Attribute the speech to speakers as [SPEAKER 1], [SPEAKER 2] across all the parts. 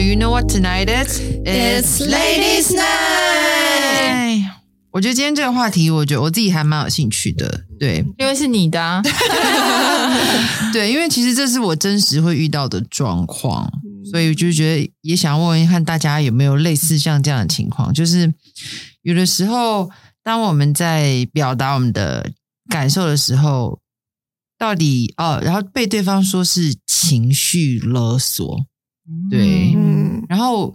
[SPEAKER 1] Tonight it's
[SPEAKER 2] It's Ladies' Night
[SPEAKER 1] 我觉得今天这个话题，我觉得我自己还蛮有兴趣的。对
[SPEAKER 2] 因为是你的、啊，
[SPEAKER 1] 对，因为其实这是我真实会遇到的状况，
[SPEAKER 2] 嗯
[SPEAKER 1] 所以就是觉得也想问问看大家有没有类似像这样的情况，就是有的时候当我们在表达我们的感受的时候，到底哦，然后被对方说是情绪勒索，对
[SPEAKER 2] 嗯，
[SPEAKER 1] 然后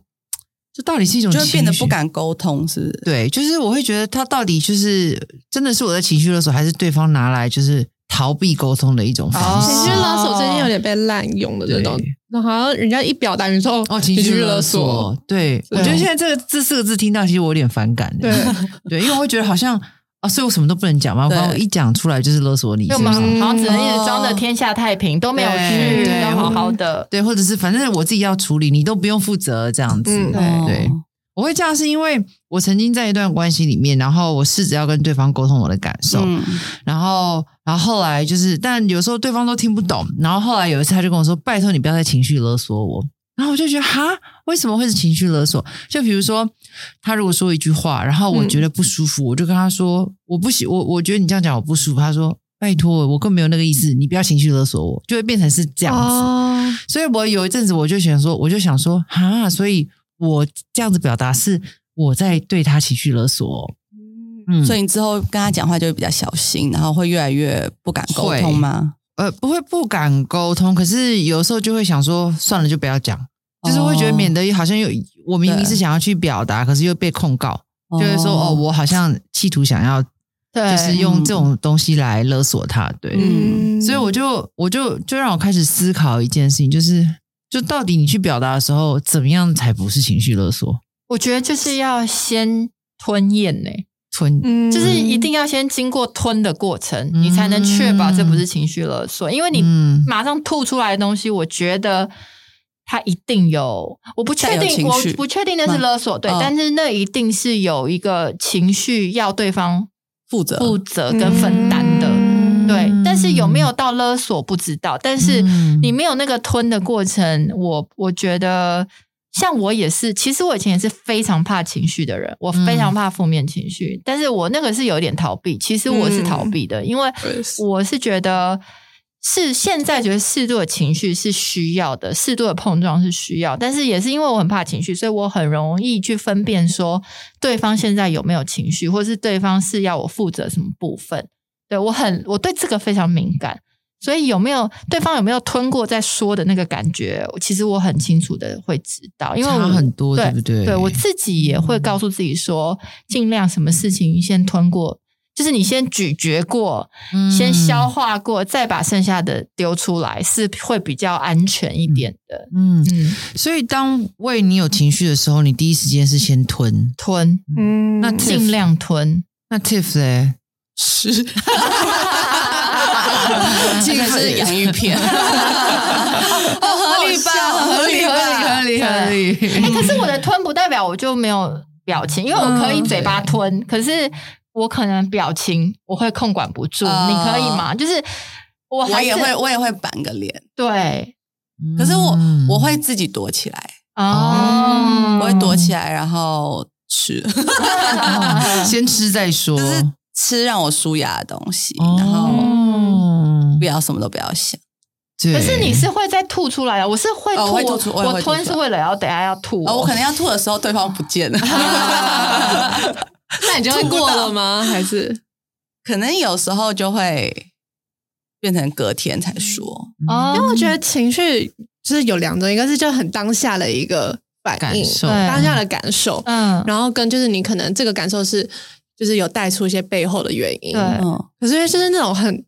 [SPEAKER 1] 这到底是一种
[SPEAKER 3] 就会变得
[SPEAKER 1] 情绪
[SPEAKER 3] 不敢沟通，是不是？
[SPEAKER 1] 对，就是我会觉得他到底就是真的是我的情绪勒索，还是对方拿来就是逃避沟通的一种方
[SPEAKER 2] 哦
[SPEAKER 1] 式？
[SPEAKER 4] 情绪勒索最近有点被滥用的这种
[SPEAKER 1] 对，
[SPEAKER 4] 那好像人家一表达，你说
[SPEAKER 1] 哦，情绪勒索，，对我
[SPEAKER 4] 对
[SPEAKER 1] 觉得现在这个这四个字听到，其实我有点反感的。
[SPEAKER 4] 对，
[SPEAKER 1] 对，因为我会觉得好像啊，所以我什么都不能讲嘛，不
[SPEAKER 3] 对
[SPEAKER 1] 然我一讲出来就是勒索你，
[SPEAKER 2] 因为
[SPEAKER 1] 是
[SPEAKER 2] 我
[SPEAKER 1] 不
[SPEAKER 2] 们
[SPEAKER 1] 是？
[SPEAKER 2] 好像只能一直装的天下太平，都没有
[SPEAKER 1] 对
[SPEAKER 2] 去
[SPEAKER 1] 对
[SPEAKER 2] 要好好的。
[SPEAKER 1] 对，或者是反正我自己要处理，你都不用负责这样子。
[SPEAKER 4] 嗯
[SPEAKER 3] 哦
[SPEAKER 1] 对，我会这样是因为我曾经在一段关系里面，然后我试着要跟对方沟通我的感受，
[SPEAKER 3] 嗯，
[SPEAKER 1] 然后，然后后来就是，但有时候对方都听不懂。然后后来有一次，他就跟我说：“拜托你不要再情绪勒索我。”然后我就觉得哈，为什么会是情绪勒索？就比如说，他如果说一句话，然后我觉得不舒服，我就跟他说：“我不喜，我我觉得你这样讲我不舒服。”他说：“拜托，我更没有那个意思，你不要情绪勒索我。”就会变成是这样子。
[SPEAKER 4] 哦，
[SPEAKER 1] 所以我有一阵子我就想说，我就想说哈，所以我这样子表达是我在对他情绪勒索哦。嗯
[SPEAKER 3] 所以你之后跟他讲话就会比较小心，然后会越来越不敢沟通吗？
[SPEAKER 1] 呃，不会不敢沟通，可是有时候就会想说，算了，就不要讲，就是会
[SPEAKER 2] 哦
[SPEAKER 1] 觉得免得好像有我明明
[SPEAKER 3] 对
[SPEAKER 1] 是想要去表达，可是又被控告，就会说哦，我好像企图想要
[SPEAKER 2] 对嗯
[SPEAKER 1] 就是用这种东西来勒索他，对，
[SPEAKER 3] 嗯
[SPEAKER 1] 所以我就我就就让我开始思考一件事情，就是就到底你去表达的时候，怎么样才不是情绪勒索？
[SPEAKER 2] 我觉得就是要先吞咽呢、
[SPEAKER 1] 存
[SPEAKER 4] 嗯
[SPEAKER 2] 就是一定要先经过吞的过程，
[SPEAKER 1] 嗯
[SPEAKER 2] 你才能确保这不是情绪勒索。因为你
[SPEAKER 1] 嗯
[SPEAKER 2] 马上吐出来的东西，我觉得它一定有，我不确
[SPEAKER 3] 带有
[SPEAKER 2] 定，
[SPEAKER 3] 情
[SPEAKER 2] 我
[SPEAKER 3] 绪
[SPEAKER 2] 不确定那是勒索，对，
[SPEAKER 3] 嗯
[SPEAKER 2] 但是那一定是有一个情绪要对方
[SPEAKER 3] 负责
[SPEAKER 2] 负责跟分担的。
[SPEAKER 4] 嗯
[SPEAKER 2] 对，但是有没有到勒索不知道，但
[SPEAKER 3] 嗯
[SPEAKER 2] 是
[SPEAKER 1] 嗯
[SPEAKER 4] 嗯
[SPEAKER 2] 你没有那个吞的过程，我我觉得像我也是，其实我以前也是非常怕情绪的人，我非常怕负面情绪，
[SPEAKER 4] 嗯
[SPEAKER 2] 但是我那个是有点逃避，其实我是逃避的，因为
[SPEAKER 4] 我也是
[SPEAKER 2] 我是觉得。是现在觉得适度的情绪是需要的，适度的碰撞是需要，但是也是因为我很怕情绪，所以我很容易去分辨说对方现在有没有情绪，或是对方是要我负责什么部分。对我很，我对这个非常敏感，所以有没有对方有没有吞过再说的那个感觉，其实我很清楚的会知道，因为
[SPEAKER 1] 差
[SPEAKER 2] 我
[SPEAKER 1] 很多，欸嗯对
[SPEAKER 2] 对
[SPEAKER 1] 不对？
[SPEAKER 2] 对我自己也会告诉自己说，尽量什么事情先吞过，就是你先咀嚼过，
[SPEAKER 1] 嗯
[SPEAKER 2] 先消化过，再把剩下的丢出来，是会比较安全一点的。
[SPEAKER 1] 嗯，
[SPEAKER 2] 嗯，
[SPEAKER 1] 所以当为你有情绪的时候，你第一时间是先吞。
[SPEAKER 2] 吞，
[SPEAKER 4] 嗯
[SPEAKER 1] 那这
[SPEAKER 2] 尽量吞。
[SPEAKER 1] 那 Tiff 嘞？
[SPEAKER 3] 是，这个是洋芋片，哦合理吧？合理吧？
[SPEAKER 1] 理
[SPEAKER 2] 合
[SPEAKER 1] 理
[SPEAKER 2] 哎、可是我的吞不代表我就没有表情，因为我
[SPEAKER 3] 嗯
[SPEAKER 2] 可以嘴巴吞，可是我可能表情我会控管不住。
[SPEAKER 3] 哦
[SPEAKER 2] 你可以吗？就是我
[SPEAKER 3] 我
[SPEAKER 2] 还
[SPEAKER 3] 也
[SPEAKER 2] 是
[SPEAKER 3] 会，我也会板个脸，
[SPEAKER 2] 对
[SPEAKER 1] 嗯
[SPEAKER 3] 可是我我会自己躲起来，
[SPEAKER 2] 哦，
[SPEAKER 1] 嗯
[SPEAKER 3] 我会躲起来，然后吃
[SPEAKER 1] 先吃再说，
[SPEAKER 3] 就是吃让我舒压的东西，
[SPEAKER 1] 哦
[SPEAKER 3] 然后
[SPEAKER 1] 嗯
[SPEAKER 3] 不要什么都不要想。
[SPEAKER 1] 对
[SPEAKER 2] 可是你是会再吐出来的，我是会吐，
[SPEAKER 3] 哦我会吐出我也
[SPEAKER 2] 我
[SPEAKER 3] 会吐出来
[SPEAKER 2] 吞是为了要等下要吐、
[SPEAKER 3] 哦，我可能要吐的时候，对方不见了，
[SPEAKER 4] 那你就会过了吗？还是
[SPEAKER 3] 可能有时候就会变成隔天才说。
[SPEAKER 2] 哦，
[SPEAKER 4] 因为我觉
[SPEAKER 2] 得
[SPEAKER 4] 得情绪就是有两种，一个是就很当下的一个反
[SPEAKER 1] 感，
[SPEAKER 4] 应
[SPEAKER 1] 受
[SPEAKER 2] 对
[SPEAKER 4] 当下的感受，
[SPEAKER 2] 嗯，
[SPEAKER 4] 然后跟就是你可能这个感受是就是有带出一些背后的原因，
[SPEAKER 2] 对
[SPEAKER 3] 嗯，
[SPEAKER 4] 可是因为就是那种很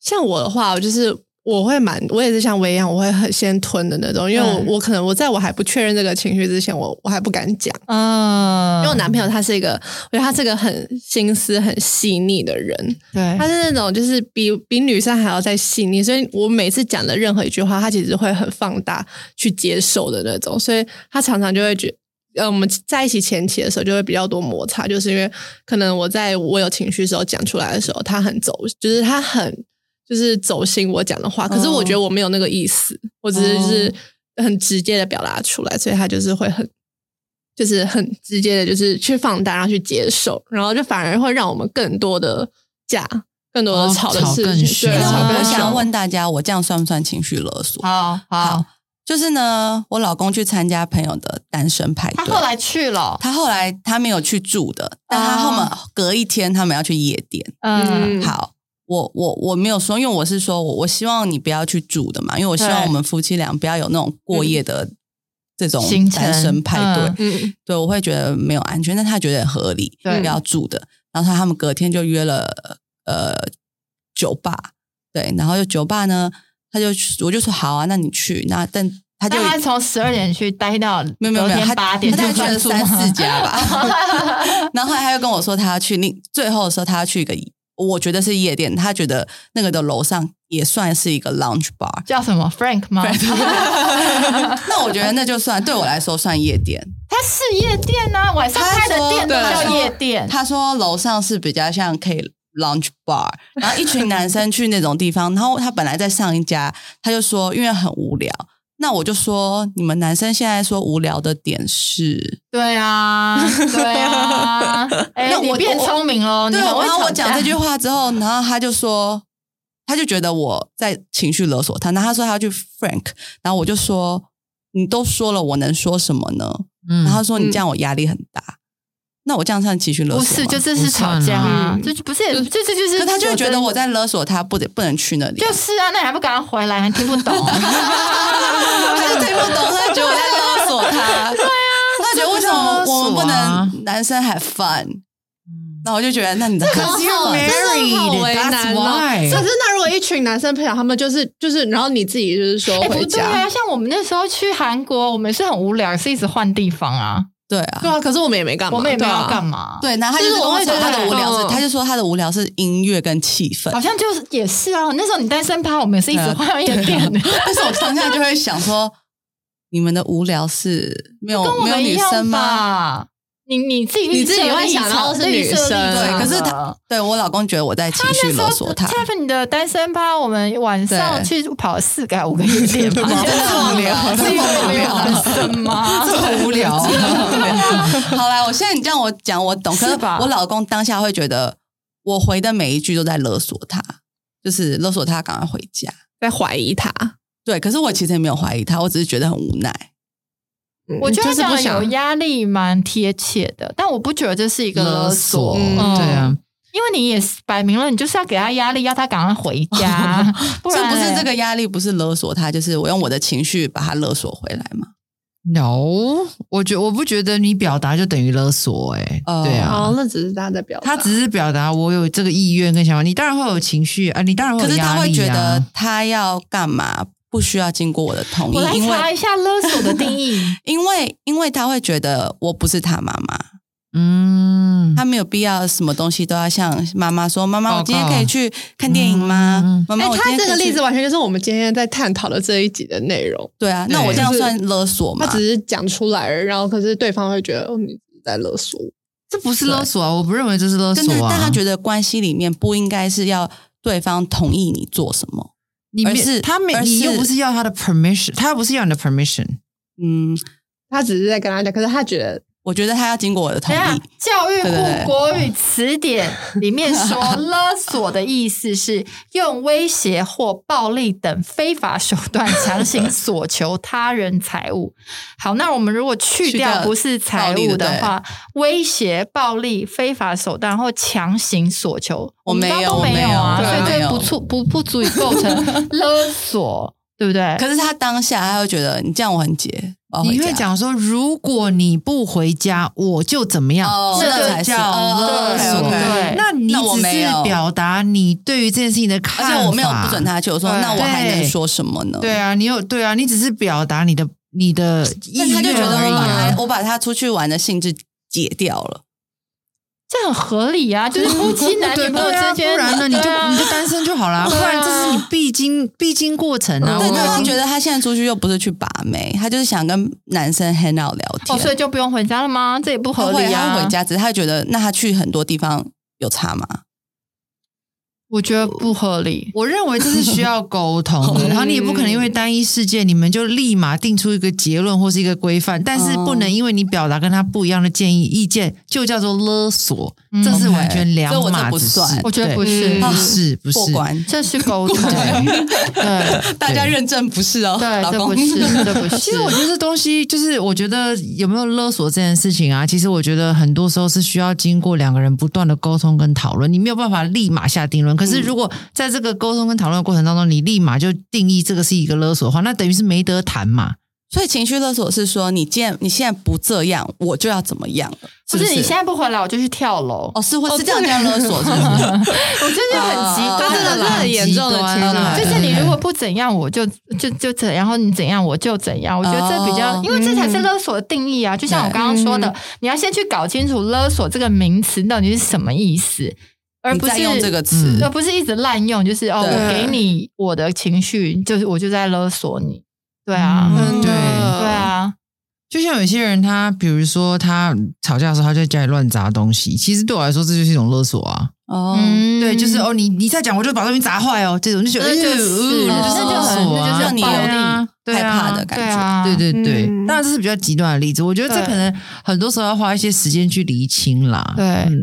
[SPEAKER 4] 像我的话，我就是我会蛮，我也是像薇一样，我会很先吞的那种，因为我
[SPEAKER 2] 嗯
[SPEAKER 4] 我可能我在我还不确认这个情绪之前，我我还不敢讲。因
[SPEAKER 2] 嗯，
[SPEAKER 4] 为我男朋友他是一个，我觉得他是个很心思很细腻的人，
[SPEAKER 2] 对
[SPEAKER 4] 他是那种就是比比女生还要再细腻，所以我每次讲的任何一句话，他其实会很放大去接受的那种，所以他常常就会觉呃，我们在一起前期的时候就会比较多摩擦，就是因为可能我在我有情绪的时候讲出来的时候，他很走，就是他很就是走心我讲的话，可是我觉得我没有那个意思，我只是就是。很直接的表达出来，所以他就是会很。就是很直接的，就是去放大，然后去接受，然后就反而会让我们更多的架，更多
[SPEAKER 1] 哦
[SPEAKER 4] 的吵的
[SPEAKER 1] 吵
[SPEAKER 4] 事
[SPEAKER 1] 更
[SPEAKER 4] 情，
[SPEAKER 1] 凶
[SPEAKER 4] 对，
[SPEAKER 1] 那
[SPEAKER 4] 啊
[SPEAKER 3] 嗯
[SPEAKER 4] 吵
[SPEAKER 3] 我
[SPEAKER 4] 更
[SPEAKER 3] 想要
[SPEAKER 4] 凶。
[SPEAKER 3] 问大家，我这样算不算情绪勒索？
[SPEAKER 2] 好好，
[SPEAKER 3] 就是呢，我老公去参加朋友的单身派
[SPEAKER 2] 他
[SPEAKER 3] 对，
[SPEAKER 2] 后来去了，
[SPEAKER 3] 他后来他没有去住的，但他后面隔一天他们要去夜店。
[SPEAKER 2] 哦嗯，
[SPEAKER 4] 嗯
[SPEAKER 3] 好，我我我没有说，因为我是说我我希望你不要去住的嘛，因为我希望
[SPEAKER 2] 对嗯
[SPEAKER 3] 我们夫妻俩不要有那种过夜的这种
[SPEAKER 2] 行程
[SPEAKER 3] 单身派对。
[SPEAKER 2] 嗯
[SPEAKER 4] 嗯，
[SPEAKER 3] 对，我会觉得没有安全，但他觉得很合理，
[SPEAKER 2] 对
[SPEAKER 3] 不要住的。然后他们隔天就约了呃酒吧，对，然后就酒吧呢，他就去我就说好啊，那你去，那但他就
[SPEAKER 2] 那他从十二点去待到
[SPEAKER 3] 没有没有
[SPEAKER 2] 隔
[SPEAKER 3] 没有，
[SPEAKER 2] 天
[SPEAKER 3] 他
[SPEAKER 2] 八点
[SPEAKER 3] 他大概
[SPEAKER 2] 就
[SPEAKER 3] 去了
[SPEAKER 2] 结束
[SPEAKER 3] 三四
[SPEAKER 2] 吗
[SPEAKER 3] 家吧。 然后后来他又跟我说他要去另最后的时候他要去一个我觉得是夜店，他觉得那个的楼上也算是一个 lounge bar，
[SPEAKER 2] 叫什么 Frank 吗？
[SPEAKER 3] 那我觉得那就算对我来说算夜店。
[SPEAKER 2] 他是夜店啊，晚上开的店都
[SPEAKER 4] 他
[SPEAKER 2] 叫
[SPEAKER 3] 说
[SPEAKER 2] 夜店。
[SPEAKER 3] 他说楼上是比较像可以 lounge bar，然后一群男生去那种地方，然后他本来在上一家，他就说因为很无聊，那我就说你们男生现在说无聊的点是，
[SPEAKER 2] 对啊， 对啊，哎、
[SPEAKER 3] 那我
[SPEAKER 2] 你变聪明哦喽，你
[SPEAKER 3] 对，
[SPEAKER 2] 很会
[SPEAKER 3] 然后我
[SPEAKER 2] 吵架
[SPEAKER 3] 讲这句话之后，然后他就说。他就觉得我在情绪勒索他，那他说他要去 Frank，然后我就说你都说了，我能说什么呢？
[SPEAKER 1] 嗯
[SPEAKER 3] 然后他说你这样我压力很大，那我这样算情绪勒索
[SPEAKER 2] 嗯不
[SPEAKER 3] 吗？
[SPEAKER 2] 是，就这
[SPEAKER 1] 不
[SPEAKER 2] 是吵
[SPEAKER 1] 算
[SPEAKER 2] 架啊
[SPEAKER 4] 啊，
[SPEAKER 2] 这就不是，这这就是
[SPEAKER 3] 可他就会觉得我在
[SPEAKER 2] 在
[SPEAKER 3] 勒索他，不得不能去那里啊、
[SPEAKER 2] 就是啊，那你还不赶快回来，还听不 懂，
[SPEAKER 3] 他就听不懂，他觉得我在勒索他。对啊，他觉得为什么我们不能男生 have fun？那我就觉得，那你的
[SPEAKER 4] 可是
[SPEAKER 1] You're
[SPEAKER 4] 真的好为
[SPEAKER 1] married,
[SPEAKER 4] 难
[SPEAKER 1] that's
[SPEAKER 4] 哦。可
[SPEAKER 1] why.
[SPEAKER 4] 是那如果一群男生朋友，他们就是就是，然后你自己就是说
[SPEAKER 2] 哎、
[SPEAKER 4] 回
[SPEAKER 2] 不对
[SPEAKER 4] 家，
[SPEAKER 2] 啊，像我们那时候去韩国，我们是很无聊，是一直换地方啊，
[SPEAKER 3] 对啊，
[SPEAKER 4] 对啊，可是我们也没干嘛，
[SPEAKER 2] 我们也没有
[SPEAKER 4] 对啊
[SPEAKER 2] 干嘛，
[SPEAKER 3] 对。然后他就
[SPEAKER 4] 就是是
[SPEAKER 3] 跟我
[SPEAKER 4] 我会
[SPEAKER 3] 说哦
[SPEAKER 4] 觉
[SPEAKER 3] 他
[SPEAKER 4] 得
[SPEAKER 3] 的无聊
[SPEAKER 2] 啊
[SPEAKER 3] 是，
[SPEAKER 4] 嗯
[SPEAKER 3] 他就说他的无聊是音乐跟气氛
[SPEAKER 2] 好。像就是也是啊，那时候你单身趴，我们也是一
[SPEAKER 4] 啊
[SPEAKER 2] 直换夜店的，
[SPEAKER 3] 但是我当下就会想说，你们的无聊是没有
[SPEAKER 2] 跟我
[SPEAKER 3] 没有
[SPEAKER 2] 们一
[SPEAKER 3] 女生
[SPEAKER 2] 样
[SPEAKER 3] 吗？
[SPEAKER 2] 吧？你你自己
[SPEAKER 4] 你自己
[SPEAKER 2] 预设
[SPEAKER 4] 会
[SPEAKER 2] 立
[SPEAKER 4] 想
[SPEAKER 2] 场
[SPEAKER 4] 到是
[SPEAKER 2] 对
[SPEAKER 4] 女
[SPEAKER 2] 预设立
[SPEAKER 4] 生
[SPEAKER 2] 场
[SPEAKER 3] 对，可是
[SPEAKER 2] 了
[SPEAKER 3] 他对我老公觉得我在情绪勒索他。
[SPEAKER 2] Jeff，你的单身趴，我们晚上去跑了四个还五个夜店吧，
[SPEAKER 3] 真的好无聊
[SPEAKER 2] 是有没有什
[SPEAKER 1] 这
[SPEAKER 2] 么？
[SPEAKER 1] 么无聊，
[SPEAKER 3] 哦好啦，我现在你这样我讲我懂，可
[SPEAKER 2] 是
[SPEAKER 3] 是
[SPEAKER 2] 吧
[SPEAKER 3] 我老公当下会觉得我回的每一句都在勒索他，就是勒索他赶快回家。
[SPEAKER 4] 在怀疑他，
[SPEAKER 3] 对，可是我其实也没有怀疑他，我只是觉得很无奈。
[SPEAKER 4] 嗯
[SPEAKER 2] 我觉得
[SPEAKER 4] 就是
[SPEAKER 2] 他
[SPEAKER 4] 不
[SPEAKER 2] 讲
[SPEAKER 4] 想
[SPEAKER 2] 有压力蛮贴切的，但我不觉得这是一个勒索，
[SPEAKER 1] 嗯
[SPEAKER 2] 嗯
[SPEAKER 1] 对啊，
[SPEAKER 2] 因为你也是摆明了，你就是要给他压力，要他赶快回家，不
[SPEAKER 3] 所以
[SPEAKER 2] 然
[SPEAKER 3] 不是这个压力，不是勒索他，就是我用我的情绪把他勒索回来嘛。
[SPEAKER 1] No，我觉我不觉得你表达就等于勒索、欸，
[SPEAKER 3] 哦
[SPEAKER 1] 对啊
[SPEAKER 4] 哦，，那只是他在表达，
[SPEAKER 1] 他只是表达我有这个意愿跟想法，你当然会有情绪啊，你当然
[SPEAKER 2] 哦
[SPEAKER 1] 会
[SPEAKER 3] 可
[SPEAKER 1] 有
[SPEAKER 3] 是
[SPEAKER 1] 压力、啊、
[SPEAKER 3] 他会觉得他要干嘛，不需要经过我的同
[SPEAKER 2] 我来
[SPEAKER 3] 意，因
[SPEAKER 2] 查
[SPEAKER 3] 为
[SPEAKER 2] 一下勒索的定义。
[SPEAKER 3] 因为因为他会觉得我不是他妈妈，
[SPEAKER 1] 嗯，
[SPEAKER 3] 他没有必要什么东西都要向妈妈说，妈
[SPEAKER 1] 报
[SPEAKER 3] 妈，
[SPEAKER 1] 告
[SPEAKER 3] 我今天可以去看电影吗
[SPEAKER 1] 嗯？
[SPEAKER 3] 妈
[SPEAKER 4] 哎、
[SPEAKER 3] 妈，我今
[SPEAKER 4] 他
[SPEAKER 3] 天
[SPEAKER 4] 这
[SPEAKER 3] 可
[SPEAKER 4] 个
[SPEAKER 3] 以去
[SPEAKER 4] 例子完全就是我们今天在探讨的这一集的内容。
[SPEAKER 3] 对啊，那
[SPEAKER 1] 对
[SPEAKER 3] 我这样算勒索
[SPEAKER 4] 他
[SPEAKER 3] 吗？
[SPEAKER 4] 只是讲出来了，然后可是对方会觉得哦，你是在勒索我。
[SPEAKER 1] 这不是勒索啊，我不认为这是勒
[SPEAKER 3] 但
[SPEAKER 1] 索
[SPEAKER 3] 是
[SPEAKER 1] 啊，
[SPEAKER 3] 但他觉得关系里面不应该是要对方同意你做什么，
[SPEAKER 1] 你
[SPEAKER 3] 而
[SPEAKER 1] 没
[SPEAKER 3] 是
[SPEAKER 1] 他没
[SPEAKER 3] 而
[SPEAKER 1] 你又
[SPEAKER 3] 是
[SPEAKER 1] 不是要他的 permission，他又不是要你的 permission，
[SPEAKER 3] 嗯，
[SPEAKER 4] 他只是在跟他讲，可是他觉得
[SPEAKER 3] 我觉得他要经过我的同
[SPEAKER 2] 等一下
[SPEAKER 3] 意，，
[SPEAKER 2] 教育
[SPEAKER 3] 对对对
[SPEAKER 2] 部国语词典里 面说，勒索的意思是用威胁或暴力等非法手段强行索求他人 财物。好，那我们如果去
[SPEAKER 3] 去
[SPEAKER 2] 掉
[SPEAKER 3] 掉
[SPEAKER 2] 不是财物的话，威胁、暴力、非法手段或强行索求，
[SPEAKER 3] 我
[SPEAKER 2] 们
[SPEAKER 3] 没
[SPEAKER 2] 刚刚
[SPEAKER 3] 有
[SPEAKER 2] 都没
[SPEAKER 3] 我没有
[SPEAKER 2] 啊，
[SPEAKER 3] 对
[SPEAKER 2] 所以
[SPEAKER 3] 没
[SPEAKER 2] 这
[SPEAKER 3] 有
[SPEAKER 2] 不足不不足以构成 勒索，对不对？
[SPEAKER 3] 可是他当下他会觉得你这样我很解，我要回
[SPEAKER 1] 你
[SPEAKER 3] 家
[SPEAKER 1] 会讲说，如果你不回家，我就怎么样，
[SPEAKER 3] 哦，
[SPEAKER 1] 这
[SPEAKER 3] 那
[SPEAKER 1] 个
[SPEAKER 3] 才是
[SPEAKER 1] 叫
[SPEAKER 3] 哦
[SPEAKER 1] 勒索。
[SPEAKER 3] OK，OK
[SPEAKER 2] 对
[SPEAKER 1] 那你
[SPEAKER 3] 那我
[SPEAKER 1] 只
[SPEAKER 3] 没
[SPEAKER 1] 是
[SPEAKER 3] 有
[SPEAKER 1] 表达你对于这件事情的
[SPEAKER 3] 而
[SPEAKER 1] 看法，
[SPEAKER 3] 且我没有不准他去，我说
[SPEAKER 2] 对
[SPEAKER 3] 那我还能
[SPEAKER 1] 对
[SPEAKER 3] 说什么呢？
[SPEAKER 1] 对啊，你有对啊，你只是表达你的你的意
[SPEAKER 3] 但
[SPEAKER 1] 愿
[SPEAKER 3] 他就觉得
[SPEAKER 1] 而
[SPEAKER 3] 我
[SPEAKER 1] 已
[SPEAKER 3] 把
[SPEAKER 1] 啊
[SPEAKER 3] 他。我把他出去玩的兴致解掉了，
[SPEAKER 2] 这很合理啊，就是夫妻男
[SPEAKER 1] 对
[SPEAKER 2] 女朋友
[SPEAKER 1] 对啊
[SPEAKER 2] 之间，
[SPEAKER 1] 不然呢，你就
[SPEAKER 2] 对啊
[SPEAKER 1] 你就单身就好啦，不
[SPEAKER 2] 对啊
[SPEAKER 1] 然这是你必经必经过程啊。
[SPEAKER 4] 嗯
[SPEAKER 1] 我
[SPEAKER 3] 对，
[SPEAKER 1] 们
[SPEAKER 3] 但
[SPEAKER 1] 已
[SPEAKER 3] 他
[SPEAKER 1] 经
[SPEAKER 3] 觉得他现在出去又不是去把妹，他就是想跟男生 hang out 聊天。
[SPEAKER 2] 哦，所以就不用回家了吗？这也不
[SPEAKER 3] 他
[SPEAKER 2] 合
[SPEAKER 3] 会
[SPEAKER 2] 理
[SPEAKER 3] 他
[SPEAKER 2] 啊！
[SPEAKER 3] 会回，家，只是他觉得那他去很多地方有差吗？
[SPEAKER 2] 我觉得不合理。
[SPEAKER 1] 我认为这是需要沟通
[SPEAKER 2] 哦
[SPEAKER 1] 的，然后你也不可能因为单一事件，你们就立马定出一个结论或是一个规范，但是不能因为你表达跟他不一样的建议意见，就叫做勒索，
[SPEAKER 2] 嗯
[SPEAKER 1] 这是完全两
[SPEAKER 3] 所以我这
[SPEAKER 1] 码
[SPEAKER 3] 不
[SPEAKER 1] 子事
[SPEAKER 3] 算。
[SPEAKER 2] 哦我觉
[SPEAKER 1] 对
[SPEAKER 2] 得不是
[SPEAKER 1] 不
[SPEAKER 3] 嗯，啊
[SPEAKER 1] 是不是
[SPEAKER 3] 过， 关，
[SPEAKER 2] 这是沟 通。对
[SPEAKER 3] 大家认证不是哦，
[SPEAKER 2] 对，
[SPEAKER 3] 老
[SPEAKER 2] 这
[SPEAKER 3] 公
[SPEAKER 2] 不。是，这啊不是。
[SPEAKER 1] 其实我觉得这东西就是，我觉得有没有勒索这件事情啊，其实我觉得很多时候是需要经过两个人不断的沟通跟讨论，你没有办法立马下定论。可
[SPEAKER 2] 嗯
[SPEAKER 1] 是如果在这个沟通跟讨论的过程当中，你立马就定义这个是一个勒索的话，那等于是没得谈嘛。
[SPEAKER 3] 所以情绪勒索是说，你见你现在不这样，我就要怎么样了，
[SPEAKER 2] 不
[SPEAKER 3] 是
[SPEAKER 2] 是你现在不回来，我就去跳楼。
[SPEAKER 3] 哦，是会是这样叫勒索，是不是？
[SPEAKER 2] 我真的很极
[SPEAKER 3] 哦
[SPEAKER 2] 端，
[SPEAKER 3] 这真的是很啊
[SPEAKER 4] 严重
[SPEAKER 1] 啊
[SPEAKER 4] 的情
[SPEAKER 3] 况
[SPEAKER 2] 就是你如果不怎样，我就就就怎样，然后你怎样我就怎样。我觉得这比较，
[SPEAKER 3] 哦嗯
[SPEAKER 2] 因为这才是勒索的定义啊。就像我刚刚说的，你要先去搞清楚“勒索”这个名词到底是什么意思， 而
[SPEAKER 3] 你
[SPEAKER 2] 不是
[SPEAKER 3] 在用这个词
[SPEAKER 1] 嗯，
[SPEAKER 2] 呃而不是一直滥用，就是哦，
[SPEAKER 3] 对
[SPEAKER 2] 我给你我的情绪，就是我就在勒索你。对啊，
[SPEAKER 1] 嗯
[SPEAKER 4] 真的
[SPEAKER 1] 对
[SPEAKER 2] 对啊，
[SPEAKER 1] 就像有些人他，比如说他吵架的时候，他就在家里乱砸东西，其实对我来说这就是一种勒索啊。
[SPEAKER 3] 哦，
[SPEAKER 2] 嗯，
[SPEAKER 1] 对，就是哦，你你再讲，我就把东西砸坏哦，这种就觉得
[SPEAKER 2] 那就是哦
[SPEAKER 1] 呃
[SPEAKER 2] 那
[SPEAKER 1] 呃
[SPEAKER 2] 就是
[SPEAKER 1] 勒索啊
[SPEAKER 2] 那就是
[SPEAKER 3] 让你有
[SPEAKER 1] 对啊对
[SPEAKER 3] 害
[SPEAKER 1] 啊
[SPEAKER 3] 怕的
[SPEAKER 2] 对
[SPEAKER 3] 感觉。
[SPEAKER 2] 啊，
[SPEAKER 1] 对对对，
[SPEAKER 4] 嗯
[SPEAKER 1] 当然这是比较极端的例子。我觉得这
[SPEAKER 2] 对
[SPEAKER 1] 可能很多时候要花一些时间去厘清啦。
[SPEAKER 2] 对
[SPEAKER 1] 嗯，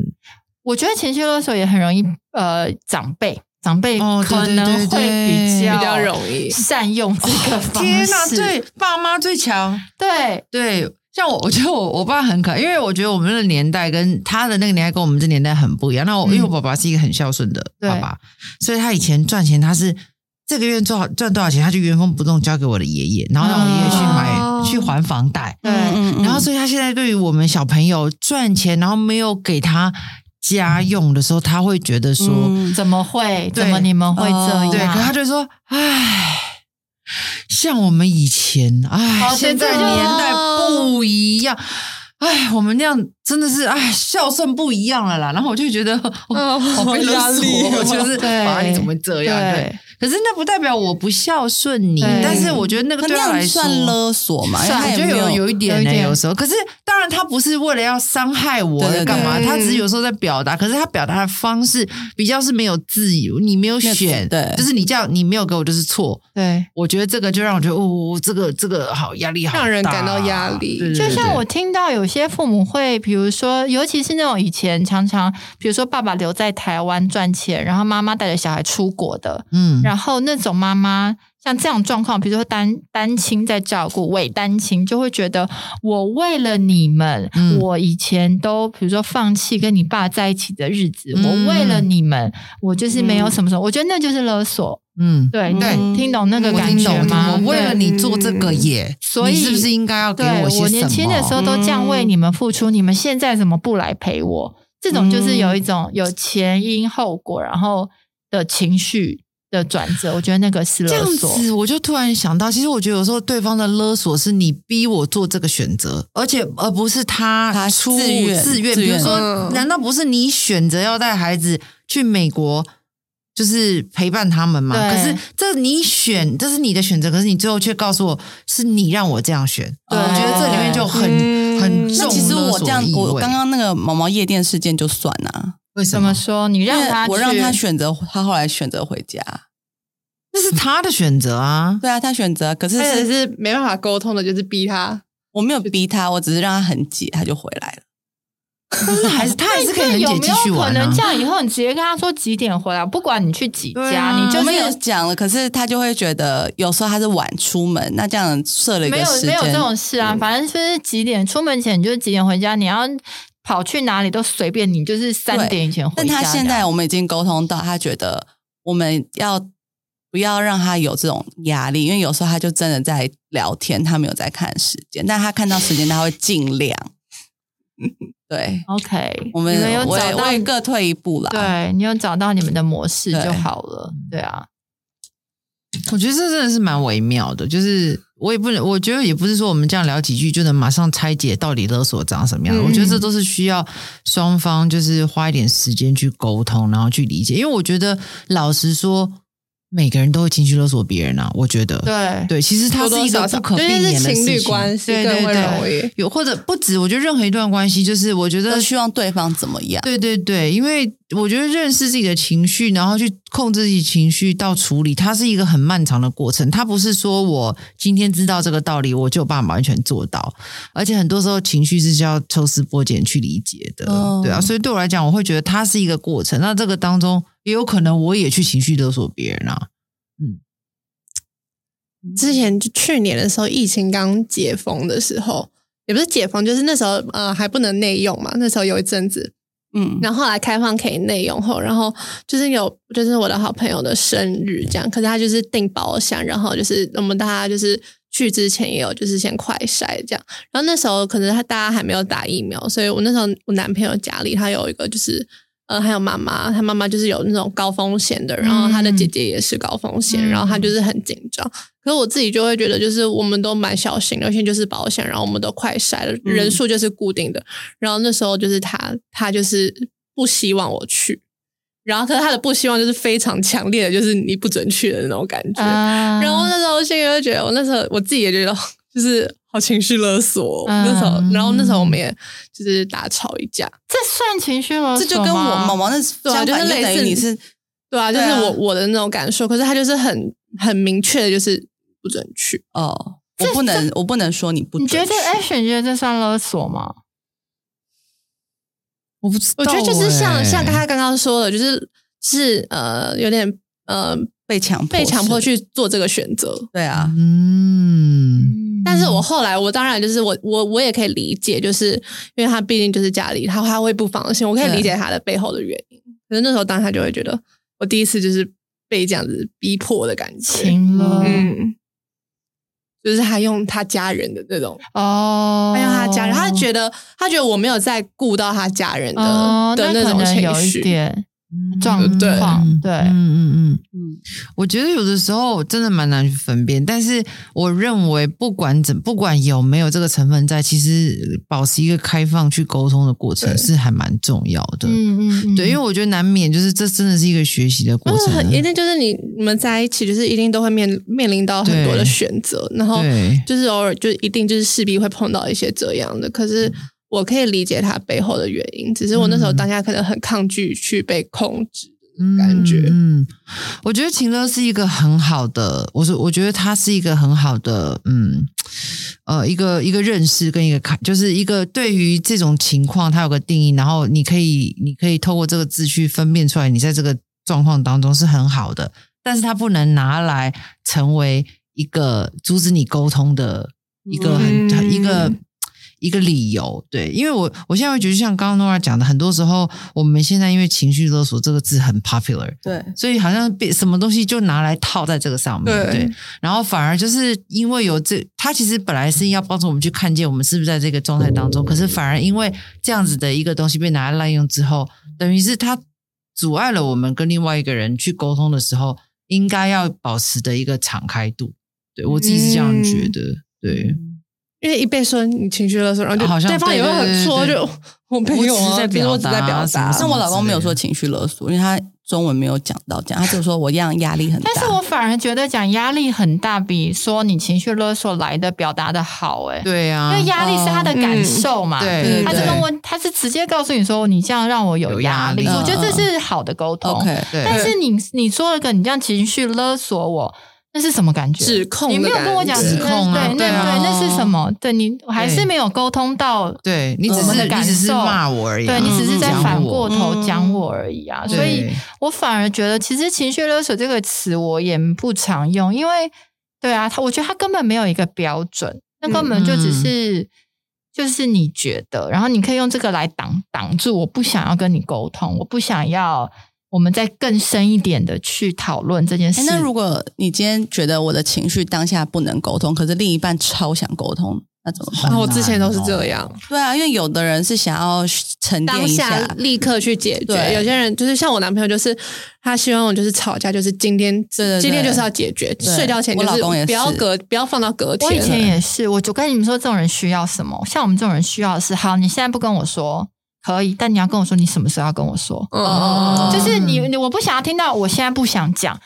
[SPEAKER 2] 我觉得情绪勒索也很容易，呃，长辈长辈
[SPEAKER 1] 哦对
[SPEAKER 2] 可
[SPEAKER 1] 对
[SPEAKER 2] 能
[SPEAKER 1] 对
[SPEAKER 2] 会
[SPEAKER 1] 对
[SPEAKER 2] 比较
[SPEAKER 4] 比较容易。
[SPEAKER 2] 善用这个方式。
[SPEAKER 1] 哦天哪，对，爸妈最强。
[SPEAKER 2] 对
[SPEAKER 1] 对，像我，我 觉得我我爸很可爱，因为我觉得我们那个年代跟他的那个年代跟我们这年代很不一样。那我、因为我爸爸是一个很孝顺的
[SPEAKER 2] 对
[SPEAKER 1] 爸爸，所以他以前赚钱他是。这个月赚赚多少钱，他就原封不动交给我的爷爷，然后让我爷爷去买、
[SPEAKER 4] 哦
[SPEAKER 1] 去还房贷。
[SPEAKER 2] 对
[SPEAKER 3] 嗯
[SPEAKER 1] 然后，所以他现在对于我们小朋友赚钱，然后没有给他家用的时候，他会觉得说，
[SPEAKER 3] 嗯
[SPEAKER 2] 怎么会？
[SPEAKER 1] 对
[SPEAKER 2] 怎么你们会这样？
[SPEAKER 3] 哦
[SPEAKER 1] 对，可他就说，唉，像我们以前，唉，
[SPEAKER 2] 哦对
[SPEAKER 1] 现在
[SPEAKER 2] 这就
[SPEAKER 1] 年代不一样。唉，我们那样真的是唉，孝顺不一样了啦。然后我就觉得，哦，好被勒
[SPEAKER 3] 嗯压
[SPEAKER 1] 索
[SPEAKER 3] 力哦，
[SPEAKER 1] 我就是，
[SPEAKER 2] 对
[SPEAKER 1] 啊，你怎么会这样？对，
[SPEAKER 2] 对，
[SPEAKER 1] 可是那不代表我不孝顺你
[SPEAKER 2] 对，
[SPEAKER 1] 但是我觉得那个
[SPEAKER 3] 那
[SPEAKER 1] 对我
[SPEAKER 3] 那
[SPEAKER 1] 来
[SPEAKER 3] 样
[SPEAKER 1] 说，
[SPEAKER 3] 算勒索嘛？因为
[SPEAKER 1] 算
[SPEAKER 3] 他
[SPEAKER 1] 我
[SPEAKER 3] 也
[SPEAKER 1] 觉得
[SPEAKER 3] 没
[SPEAKER 1] 有
[SPEAKER 3] 有
[SPEAKER 1] 有一点
[SPEAKER 2] 有一
[SPEAKER 1] 呢、
[SPEAKER 2] 点
[SPEAKER 1] 有时候。可是当然，他不是为了要伤害我
[SPEAKER 3] 对对对
[SPEAKER 1] 干嘛，
[SPEAKER 4] 嗯
[SPEAKER 1] 他只是有时候在表达，可是他表达的方式比较是没有自由，你没有
[SPEAKER 3] 没有
[SPEAKER 1] 选，
[SPEAKER 3] 对
[SPEAKER 1] 就是你这样，你没有给我就是错。
[SPEAKER 2] 对。
[SPEAKER 1] 我觉得这个就让我觉得，哦，这个这个好压力好大，
[SPEAKER 4] 让人感到压力
[SPEAKER 1] 对对对
[SPEAKER 2] 就像
[SPEAKER 1] 对
[SPEAKER 2] 我听到有些父母会，比如说，尤其是那种以前常常，比如说爸爸留在台湾赚钱，然后妈妈带着小孩出国的，
[SPEAKER 1] 嗯，
[SPEAKER 2] 然后那种妈妈像这样状况，比如说单单亲在照顾伪单亲，就会觉得我为了你们，
[SPEAKER 1] 嗯
[SPEAKER 2] 我以前都比如说放弃跟你爸在一起的日子，
[SPEAKER 1] 嗯
[SPEAKER 2] 我为了你们，我就是没有什么什么，我觉得那就是勒索。
[SPEAKER 1] 嗯，
[SPEAKER 2] 对
[SPEAKER 1] 对嗯
[SPEAKER 2] 你听懂那个
[SPEAKER 1] 我
[SPEAKER 2] 感
[SPEAKER 1] 听
[SPEAKER 2] 觉
[SPEAKER 1] 懂
[SPEAKER 2] 吗？
[SPEAKER 1] 我为了
[SPEAKER 2] 对嗯
[SPEAKER 1] 你做这个耶，
[SPEAKER 2] 所以
[SPEAKER 1] 你是不是应该要给
[SPEAKER 2] 对我
[SPEAKER 1] 些什么？
[SPEAKER 2] 年轻的时候都这样为你们付出，你们现在怎么不来陪我？这种就是有一种有前因后果，然后的情绪的转折，我觉得那个是勒
[SPEAKER 1] 这样
[SPEAKER 2] 索。
[SPEAKER 1] 子，我就突然想到，其实我觉得有时候对方的勒索是你逼我做这个选择，而且而不是他
[SPEAKER 3] 他
[SPEAKER 1] 出
[SPEAKER 3] 自愿
[SPEAKER 1] 自愿。
[SPEAKER 3] 自
[SPEAKER 1] 比如
[SPEAKER 3] 愿
[SPEAKER 1] 说，
[SPEAKER 4] 嗯
[SPEAKER 1] 难道不是你选择要带孩子去美国，就是陪伴他们吗？可
[SPEAKER 2] 对
[SPEAKER 1] 是这你选，这是你的选择，可是你最后却告诉我是你让我这样选。
[SPEAKER 3] 对
[SPEAKER 1] 我觉得这里面就很
[SPEAKER 4] 嗯
[SPEAKER 1] 很
[SPEAKER 3] 那
[SPEAKER 1] 重
[SPEAKER 3] 其实我这样
[SPEAKER 1] 勒，索意味
[SPEAKER 3] 我刚刚那个毛毛夜店事件就算啊，
[SPEAKER 1] 为什
[SPEAKER 2] 怎么？说？你让他
[SPEAKER 3] 因为我让
[SPEAKER 2] 去
[SPEAKER 3] 他选择，他后来选择回家。
[SPEAKER 1] 那是他的选择啊。
[SPEAKER 3] 对啊，他选择，可是
[SPEAKER 4] 他也
[SPEAKER 3] 是
[SPEAKER 4] 是没办法沟通的，就是逼他。
[SPEAKER 3] 我没有逼他，我只是让他很解，他就回来了。
[SPEAKER 1] 但是还是他还是可以
[SPEAKER 2] 那
[SPEAKER 1] 很
[SPEAKER 2] 有
[SPEAKER 1] 解
[SPEAKER 2] 没
[SPEAKER 1] 继
[SPEAKER 2] 有
[SPEAKER 1] 续
[SPEAKER 2] 可
[SPEAKER 1] 玩
[SPEAKER 2] 能
[SPEAKER 1] 啊
[SPEAKER 2] 这。样以后你直接跟他说几点回来，不管你去几
[SPEAKER 1] 对
[SPEAKER 2] 家，
[SPEAKER 1] 啊
[SPEAKER 2] 你就
[SPEAKER 3] 我
[SPEAKER 2] 是
[SPEAKER 3] 们有讲了，可是他就会觉得有时候他是晚出门，那这样设了一
[SPEAKER 2] 没
[SPEAKER 3] 个
[SPEAKER 2] 有
[SPEAKER 3] 时间，
[SPEAKER 2] 没有这种事啊。反正就是几点出门前你就是几点回家，你要跑去哪里都随便你，就是三
[SPEAKER 3] 对
[SPEAKER 2] 点以前回
[SPEAKER 3] 但
[SPEAKER 2] 家这啊
[SPEAKER 3] 他
[SPEAKER 2] 样。
[SPEAKER 3] 现在我们已经沟通到，他觉得我们要不要让他有这种压力，因为有时候他就真的在聊天，他没有在看时间，但他看到时间他会尽量。 对，
[SPEAKER 2] OK，
[SPEAKER 3] 我们
[SPEAKER 2] 你们有
[SPEAKER 3] 我
[SPEAKER 2] 找
[SPEAKER 3] 也
[SPEAKER 2] 到
[SPEAKER 3] 我也各退一步啦。
[SPEAKER 2] 对你有找到你们的模式
[SPEAKER 3] 对
[SPEAKER 2] 就好了。对啊，
[SPEAKER 1] 我觉得这真的是蛮微妙的，就是我也不能，我觉得也不是说我们这样聊几句就能马上拆解到底勒索长什么样。
[SPEAKER 4] 嗯
[SPEAKER 1] 我觉得这都是需要双方就是花一点时间去沟通，然后去理解。因为我觉得老实说，每个人都会情绪勒索别人啊。我觉得，
[SPEAKER 2] 对
[SPEAKER 1] 对，其实它
[SPEAKER 4] 多
[SPEAKER 1] 是
[SPEAKER 4] 多
[SPEAKER 1] 一
[SPEAKER 4] 少
[SPEAKER 1] 个不
[SPEAKER 4] 少，
[SPEAKER 1] 可避
[SPEAKER 4] 尤
[SPEAKER 1] 免
[SPEAKER 4] 其
[SPEAKER 1] 的
[SPEAKER 4] 是
[SPEAKER 1] 事
[SPEAKER 4] 情侣
[SPEAKER 1] 情
[SPEAKER 4] 关系
[SPEAKER 1] 对
[SPEAKER 4] 更
[SPEAKER 1] 对
[SPEAKER 4] 会容
[SPEAKER 1] 对，
[SPEAKER 4] 易。
[SPEAKER 1] 有或者不止，我觉得任何一段关系，就是我觉得
[SPEAKER 3] 都希望对方怎么样？
[SPEAKER 1] 对对对，因为我觉得认识自己的情绪，然后去控制自己情绪到处理，它是一个很漫长的过程。它不是说我今天知道这个道理，我就有办法完全做到。而且很多时候情绪是需要抽丝剥茧去理解的，
[SPEAKER 3] 哦
[SPEAKER 1] 对啊。所以对我来讲，我会觉得它是一个过程。那这个当中也有可能我也去情绪勒索别人啊，
[SPEAKER 4] 之前就去年的时候，疫情刚解封的时候，也不是解封，就是那时候呃还不能内用嘛。那时候有一阵子，
[SPEAKER 3] 嗯，
[SPEAKER 4] 然后后来开放可以内用后，然后就是有就是我的好朋友的生日这样，可是他就是订包厢，然后就是我们大家就是去之前也有就是先快筛这样，然后那时候可能他大家还没有打疫苗，所以我那时候我男朋友家里他有一个就是。呃，还有妈妈，他妈妈就是有那种高风险的，然后他的姐姐也是高风险，
[SPEAKER 2] 嗯
[SPEAKER 4] 然后他就是很紧张。可是我自己就会觉得，就是我们都蛮小心的，而且就是保险，然后我们都快筛了，
[SPEAKER 3] 嗯
[SPEAKER 4] 人数就是固定的，然后那时候就是他，他就是不希望我去，然后可是他的不希望就是非常强烈的，就是你不准去的那种感觉。
[SPEAKER 2] 啊
[SPEAKER 4] 然后那时候心里就觉得，我那时候我自己也觉得 就是好情绪勒索哦。
[SPEAKER 2] 嗯
[SPEAKER 4] 那时候，然后那时候我们也就是大吵一架，
[SPEAKER 2] 这算情绪勒索吗？
[SPEAKER 3] 这就跟我毛毛那
[SPEAKER 4] 对啊
[SPEAKER 3] 相反，
[SPEAKER 4] 就是类似
[SPEAKER 3] 等于你是
[SPEAKER 4] 对啊，就
[SPEAKER 3] 对
[SPEAKER 4] 是
[SPEAKER 3] 啊
[SPEAKER 4] 我我的那种感受。可是他就是很很明确的，就是不准去。
[SPEAKER 3] 哦，我不能，我不能说你哎不
[SPEAKER 2] 你
[SPEAKER 3] 准
[SPEAKER 2] 觉
[SPEAKER 3] 确。
[SPEAKER 2] 得哎 action 你觉得这算勒索吗？
[SPEAKER 1] 我不知道
[SPEAKER 4] 我
[SPEAKER 1] 欸、
[SPEAKER 4] 觉得就是像像他刚刚说的，就是是呃有点呃
[SPEAKER 3] 被强迫
[SPEAKER 4] 被强迫
[SPEAKER 3] 是
[SPEAKER 4] 去做这个选择。
[SPEAKER 3] 对啊，
[SPEAKER 1] 嗯，
[SPEAKER 4] 但是我后来，我当然就是我我我也可以理解，就是因为他毕竟就是家里，他他会不放心，我可以理解他的背后的原因。可是那时候，当他就会觉得，我第一次就是被这样子逼迫的感觉，
[SPEAKER 2] 情勒
[SPEAKER 4] 嗯，就是他用他家人的那种，
[SPEAKER 2] 哦，
[SPEAKER 4] 他用他家人，他觉得他觉得我没有在顾到他家人的、
[SPEAKER 2] 哦，
[SPEAKER 4] 的
[SPEAKER 2] 那可
[SPEAKER 4] 种
[SPEAKER 2] 能
[SPEAKER 4] 情
[SPEAKER 2] 有一
[SPEAKER 4] 绪，
[SPEAKER 2] 点
[SPEAKER 1] 嗯
[SPEAKER 2] 状
[SPEAKER 4] 对
[SPEAKER 2] 况，对，
[SPEAKER 1] 嗯嗯嗯。
[SPEAKER 3] 嗯，
[SPEAKER 1] 我觉得有的时候真的蛮难去分辨，但是我认为不管怎不管有没有这个成分在，其实保持一个开放去沟通的过程
[SPEAKER 4] 对
[SPEAKER 1] 是还蛮重要的。
[SPEAKER 2] 嗯嗯嗯，
[SPEAKER 1] 对，因为我觉得难免就是这真的是一个学习的过
[SPEAKER 4] 嗯，
[SPEAKER 1] 程啊、
[SPEAKER 4] 很一定就是你你们在一起，就是一定都会面面临到很多的
[SPEAKER 1] 对
[SPEAKER 4] 选择，然后
[SPEAKER 1] 对，
[SPEAKER 4] 就是偶尔就一定就是势必会碰到一些这样的，可是我可以理解他背后的原因，只是我那时候当下可能很抗拒去被控制，感觉
[SPEAKER 1] 嗯，嗯我觉得情乐是一个很好的，我说我觉得它是一个很好的，嗯，呃，一个一个认识跟一个看，就是一个对于这种情况它有个定义，然后你可以你可以透过这个字去分辨出来，你在这个状况当中是很好的，但是它不能拿来成为一个阻止你沟通的一个很、很一个
[SPEAKER 4] 嗯
[SPEAKER 1] 一个理由。对，因为我我现在会觉得，像刚刚 Nora 讲的，很多时候我们现在因为情绪勒索这个字很 popular，
[SPEAKER 3] 对，
[SPEAKER 1] 所以好像被什么东西就拿来套在这个上面，
[SPEAKER 4] 对
[SPEAKER 1] 对，然后反而就是因为有这，它其实本来是要帮助我们去看见我们是不是在这个状态当中，可是反而因为这样子的一个东西被拿来滥用之后，等于是它阻碍了我们跟另外一个人去沟通的时候，应该要保持的一个敞开度。对我自己是这样觉得，对。
[SPEAKER 4] 因为一被说你情绪勒索，然后就
[SPEAKER 1] 啊好像
[SPEAKER 4] 对方也会很错，
[SPEAKER 1] 对对对
[SPEAKER 4] 就我没有
[SPEAKER 1] 我只是
[SPEAKER 4] 啊，
[SPEAKER 1] 在
[SPEAKER 4] 只是我只在
[SPEAKER 1] 表达
[SPEAKER 4] 表
[SPEAKER 1] 什么
[SPEAKER 4] 达
[SPEAKER 1] 什
[SPEAKER 3] 像
[SPEAKER 1] 么，
[SPEAKER 3] 我老公没有说情绪勒索，因为他中文没有讲到这样，他只说我一样压力很大。
[SPEAKER 2] 但是我反而觉得讲压力很大，比说你情绪勒索来的表达的好、欸，
[SPEAKER 1] 对呀、
[SPEAKER 2] 因为压力是他的感受嘛，
[SPEAKER 1] 对
[SPEAKER 3] 对
[SPEAKER 2] 他是
[SPEAKER 3] 对
[SPEAKER 2] 跟我，他是直接告诉你说你这样让我有
[SPEAKER 1] 有
[SPEAKER 2] 压
[SPEAKER 1] 压
[SPEAKER 2] 力，
[SPEAKER 1] 力
[SPEAKER 2] 我觉得这是好的沟通。
[SPEAKER 3] OK，
[SPEAKER 1] 对，
[SPEAKER 2] 但是你你说了个你这样情绪勒索我，那是什么感觉？
[SPEAKER 4] 指控的
[SPEAKER 2] 你没有
[SPEAKER 4] 感觉
[SPEAKER 2] 跟我讲
[SPEAKER 1] 指控啊
[SPEAKER 2] 那对，
[SPEAKER 1] 对
[SPEAKER 2] 那
[SPEAKER 1] 啊
[SPEAKER 2] 对那是什么？对你还是没有沟通到，
[SPEAKER 1] 对你只
[SPEAKER 2] 我们
[SPEAKER 1] 是
[SPEAKER 2] 的感
[SPEAKER 1] 你只是
[SPEAKER 2] 受
[SPEAKER 1] 骂我而已啊、
[SPEAKER 2] 对你只是在
[SPEAKER 1] 讲
[SPEAKER 2] 反
[SPEAKER 1] 我
[SPEAKER 2] 过头
[SPEAKER 4] 嗯
[SPEAKER 2] 讲我而已啊，所以
[SPEAKER 1] 对
[SPEAKER 2] 我反而觉得，其实“情绪勒索”这个词我也不常用，因为对啊，他我觉得他根本没有一个标准，
[SPEAKER 3] 嗯
[SPEAKER 2] 那根本就只是、就是你觉得，然后你可以用这个来挡挡住，我不想要跟你沟通，我不想要我们再更深一点的去讨论这件事
[SPEAKER 3] 哎，。那如果你今天觉得我的情绪当下不能沟通，可是另一半超想沟通，那怎么办？
[SPEAKER 1] 好
[SPEAKER 4] 啊，我之前都是
[SPEAKER 1] 难哦
[SPEAKER 4] 这样，
[SPEAKER 3] 对啊，因为有的人是想要沉淀
[SPEAKER 4] 当
[SPEAKER 3] 一
[SPEAKER 4] 下
[SPEAKER 3] 下，
[SPEAKER 4] 立刻去解决。
[SPEAKER 3] 对
[SPEAKER 4] 有些人就是像我男朋友，就是他希望我就是吵架，就是今天
[SPEAKER 3] 对对
[SPEAKER 4] 今天就是要解决，
[SPEAKER 3] 对
[SPEAKER 4] 睡觉前
[SPEAKER 3] 我
[SPEAKER 4] 就
[SPEAKER 3] 老公也是
[SPEAKER 4] 不要隔不要放到隔天。
[SPEAKER 2] 我以前也嗯是，我就跟你们说，这种人需要什么？像我们这种人需要的是，好，你现在不跟我说可以，但你要跟我说，你什么时候要跟我说？
[SPEAKER 4] 嗯
[SPEAKER 1] 哦
[SPEAKER 2] 就是你你我不想要听到，我现在不想讲，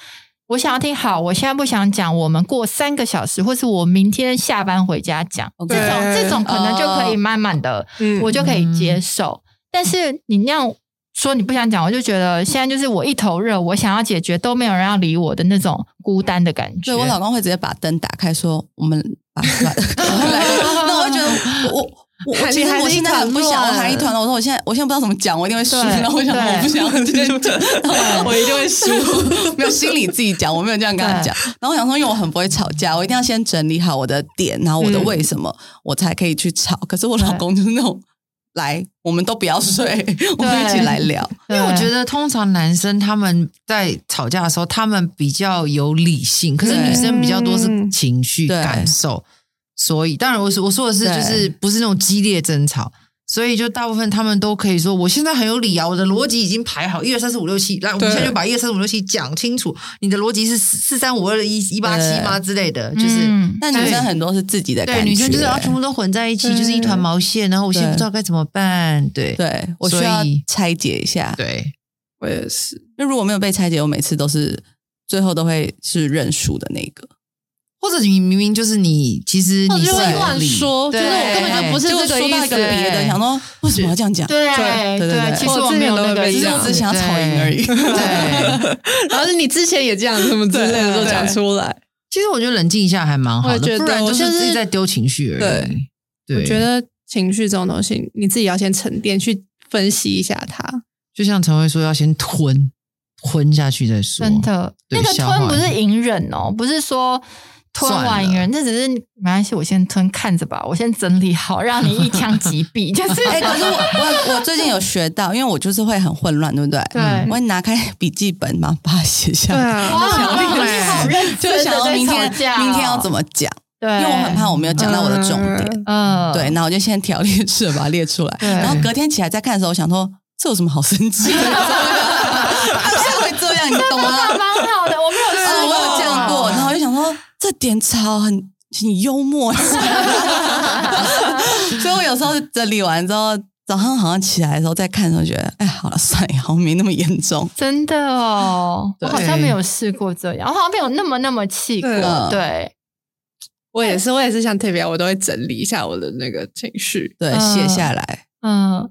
[SPEAKER 2] 我想要听好，我现在不想讲，我们过三个小时，或是我明天下班回家讲，这
[SPEAKER 3] 对
[SPEAKER 2] 种
[SPEAKER 1] 嗯
[SPEAKER 2] 这种可能就可以慢慢的，
[SPEAKER 4] 嗯
[SPEAKER 2] 我就可以接受。但是你那样说你不想讲，我就觉得现在就是我一头热，我想要解决都没有人要理我的那种孤单的感觉。
[SPEAKER 3] 对我老公会直接把灯打开，说我们把把 把来，那我会觉得我我。我
[SPEAKER 4] 喊
[SPEAKER 3] 我其
[SPEAKER 4] 你
[SPEAKER 3] 实
[SPEAKER 4] 喊
[SPEAKER 3] 我
[SPEAKER 4] 你
[SPEAKER 3] 现在
[SPEAKER 4] 团
[SPEAKER 3] 很不
[SPEAKER 4] 乱
[SPEAKER 3] 想，我喊一团了。我说我现在我现在不知道怎么讲，我一定会输。
[SPEAKER 2] 对
[SPEAKER 3] 然后我想
[SPEAKER 2] 对
[SPEAKER 3] 我不想， 我一定会输。没有心里自己讲，我没有这样跟他
[SPEAKER 2] 对
[SPEAKER 3] 讲。然后我想说，因为我很不会吵架，我一定要先整理好我的点，然后我的
[SPEAKER 4] 嗯
[SPEAKER 3] 为什么，我才可以去吵。可是我老
[SPEAKER 2] 对
[SPEAKER 3] 公就是那种来，我们都不要睡，我们一起
[SPEAKER 2] 对
[SPEAKER 3] 来聊。
[SPEAKER 1] 因为我觉得通常男生他们在吵架的时候，他们比较有理性，可是
[SPEAKER 3] 对
[SPEAKER 1] 女生比较多是
[SPEAKER 4] 嗯
[SPEAKER 1] 情绪
[SPEAKER 3] 对
[SPEAKER 1] 感受，所以当然我是我说的是
[SPEAKER 3] 对
[SPEAKER 1] 就是不是那种激烈争吵。所以就大部分他们都可以说，我现在很有理啊，我的逻辑已经排好，一二三四五六七，来，我们
[SPEAKER 3] 对
[SPEAKER 1] 现在就把一二三四五六七讲清楚。你的逻辑是四四三五二一一八七吗之类的，就是、
[SPEAKER 2] 嗯
[SPEAKER 3] 但女
[SPEAKER 1] 对
[SPEAKER 3] 生很多是自己的感
[SPEAKER 1] 对
[SPEAKER 3] 觉，
[SPEAKER 1] 女生就是要全部都混在一起，
[SPEAKER 4] 对
[SPEAKER 1] 就是一团毛线，然后我现在不知道该怎么办，对
[SPEAKER 3] 对我需
[SPEAKER 1] 所
[SPEAKER 3] 要
[SPEAKER 1] 以
[SPEAKER 3] 拆解一下。
[SPEAKER 1] 对，
[SPEAKER 4] 我也是，
[SPEAKER 3] 那如果没有被拆解，我每次都是最后都会是认输的那个。
[SPEAKER 1] 或者你明明就是你，其实
[SPEAKER 4] 或者
[SPEAKER 1] 你
[SPEAKER 4] 哦就是会
[SPEAKER 1] 有
[SPEAKER 4] 乱
[SPEAKER 1] 理
[SPEAKER 4] 说
[SPEAKER 1] 对
[SPEAKER 4] 就是我根本就不是
[SPEAKER 3] 结果
[SPEAKER 4] 这个
[SPEAKER 3] 说到
[SPEAKER 4] 意
[SPEAKER 3] 一个
[SPEAKER 4] 思
[SPEAKER 3] 别的，
[SPEAKER 1] 对
[SPEAKER 3] 想说为什么要这样讲？
[SPEAKER 2] 对
[SPEAKER 3] 对对对
[SPEAKER 2] 对，其实
[SPEAKER 4] 我
[SPEAKER 2] 我
[SPEAKER 4] 之前
[SPEAKER 2] 没有
[SPEAKER 4] 都
[SPEAKER 2] 那
[SPEAKER 4] 会
[SPEAKER 2] 个
[SPEAKER 4] 被
[SPEAKER 3] 其
[SPEAKER 2] 意
[SPEAKER 3] 实我
[SPEAKER 4] 这
[SPEAKER 3] 只
[SPEAKER 2] 思，
[SPEAKER 3] 想要吵赢而已。
[SPEAKER 1] 对，
[SPEAKER 4] 然后是你之前也这样什么之类的都讲出来。
[SPEAKER 1] 其实我觉得冷静一下还蛮好
[SPEAKER 4] 我也
[SPEAKER 1] 的，
[SPEAKER 4] 觉得
[SPEAKER 1] 不然就
[SPEAKER 4] 我就是
[SPEAKER 1] 自己在丢情绪而已。对，
[SPEAKER 4] 我觉得情绪这种东西，你自己要先沉淀，去分析一下它。
[SPEAKER 1] 就像常会说，要先吞吞下去再说。
[SPEAKER 2] 真的，
[SPEAKER 1] 对
[SPEAKER 2] 那个
[SPEAKER 1] 消化
[SPEAKER 2] 吞不是隐忍哦，不是说吞完隐忍，那只是没关系，我先吞，看着吧，我先整理好，让你一枪击 毙，就是
[SPEAKER 3] 哎、可是我我我最近有学到，因为我就是会很混乱，对不对？
[SPEAKER 2] 对
[SPEAKER 4] 嗯
[SPEAKER 3] 我会拿开笔记本嘛，把它写下来，
[SPEAKER 4] 啊，
[SPEAKER 2] 哇，你好认
[SPEAKER 3] 就
[SPEAKER 2] 真的
[SPEAKER 3] 想要
[SPEAKER 2] 在
[SPEAKER 3] 明天
[SPEAKER 2] 吵架哦
[SPEAKER 3] 明天要怎，么讲，
[SPEAKER 2] 对，
[SPEAKER 3] 因为我很怕我没有讲到我的重点。
[SPEAKER 4] 啊
[SPEAKER 2] 嗯，
[SPEAKER 3] 对，那我就先条列式地把它列出来，
[SPEAKER 2] 对
[SPEAKER 3] 然后隔天起来再看的时候，我想说这有什么好生气的？ 他现在会这样，你懂 吗？
[SPEAKER 2] 蛮好的，我没
[SPEAKER 3] 啊，
[SPEAKER 2] 有试
[SPEAKER 3] 我
[SPEAKER 2] 过，
[SPEAKER 3] 有这样过，然后我就想说这点吵很很幽默， 所以我有时候整理完之后，早上好像起来的时候再看的时候，觉得哎，好了，算了，好像没那么严重。
[SPEAKER 2] 真的哦，我
[SPEAKER 3] 对
[SPEAKER 2] 好像没有试过这样，我好像没有那么那么气过
[SPEAKER 4] 对
[SPEAKER 3] 啊，
[SPEAKER 2] 对，
[SPEAKER 4] 我也是，我也是像特别，我都会整理一下我的那个情绪。
[SPEAKER 3] 对，
[SPEAKER 2] 嗯
[SPEAKER 3] 写下来。
[SPEAKER 2] 嗯。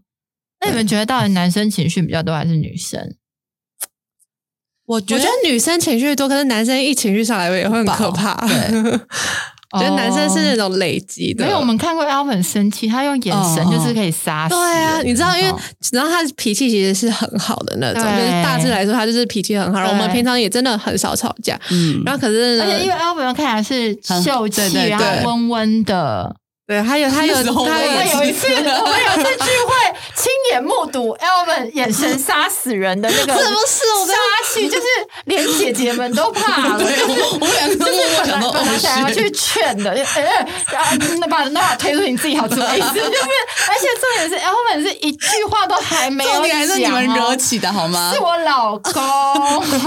[SPEAKER 2] 那你们觉得到底男生情绪比较多还是女生？
[SPEAKER 3] 我
[SPEAKER 4] 我
[SPEAKER 3] 觉
[SPEAKER 4] 觉
[SPEAKER 3] 得
[SPEAKER 4] 得女生情绪多，可是男生一情绪上来也会很可怕。
[SPEAKER 3] 对
[SPEAKER 4] 觉得男生是那种累积的。
[SPEAKER 2] 没有，我们看过 Alvin 生气，他用眼神
[SPEAKER 3] 哦
[SPEAKER 2] 就是可以杀死
[SPEAKER 4] 对
[SPEAKER 2] 人。
[SPEAKER 4] 啊，你知道，因为
[SPEAKER 2] 哦
[SPEAKER 4] 你知道他脾气其实是很好的那种，
[SPEAKER 2] 对
[SPEAKER 4] 就是大致来说他就是脾气很好。
[SPEAKER 2] 对
[SPEAKER 4] 我们平常也真的很少吵架，
[SPEAKER 3] 嗯，
[SPEAKER 4] 然后可是呢
[SPEAKER 2] 而且因为 Alvin 看起来是秀气
[SPEAKER 3] 很对对，
[SPEAKER 2] 然
[SPEAKER 3] 对
[SPEAKER 2] 后温温的。
[SPEAKER 4] 对他有他有
[SPEAKER 3] 那时候
[SPEAKER 4] 他
[SPEAKER 3] 我
[SPEAKER 2] 我
[SPEAKER 3] 也
[SPEAKER 2] 们
[SPEAKER 4] 有
[SPEAKER 2] 有一次，我们有一次聚会，亲眼目睹 Alvin 眼神杀死人的那
[SPEAKER 4] 是
[SPEAKER 2] 个，
[SPEAKER 4] 不是我
[SPEAKER 2] 杀气？就是连姐姐们都怕了。
[SPEAKER 3] 对我我们两个都默默 想到，
[SPEAKER 2] 本来
[SPEAKER 3] 哦，
[SPEAKER 2] 想要
[SPEAKER 3] 是
[SPEAKER 2] 去劝的，哎、啊，那把那把推出你自己好什么意思？就是，而且重点是 Alvin 是一句话都还没有讲、
[SPEAKER 3] 重
[SPEAKER 2] 哦，
[SPEAKER 3] 点还是你们惹起的好吗
[SPEAKER 2] 是？我老 公，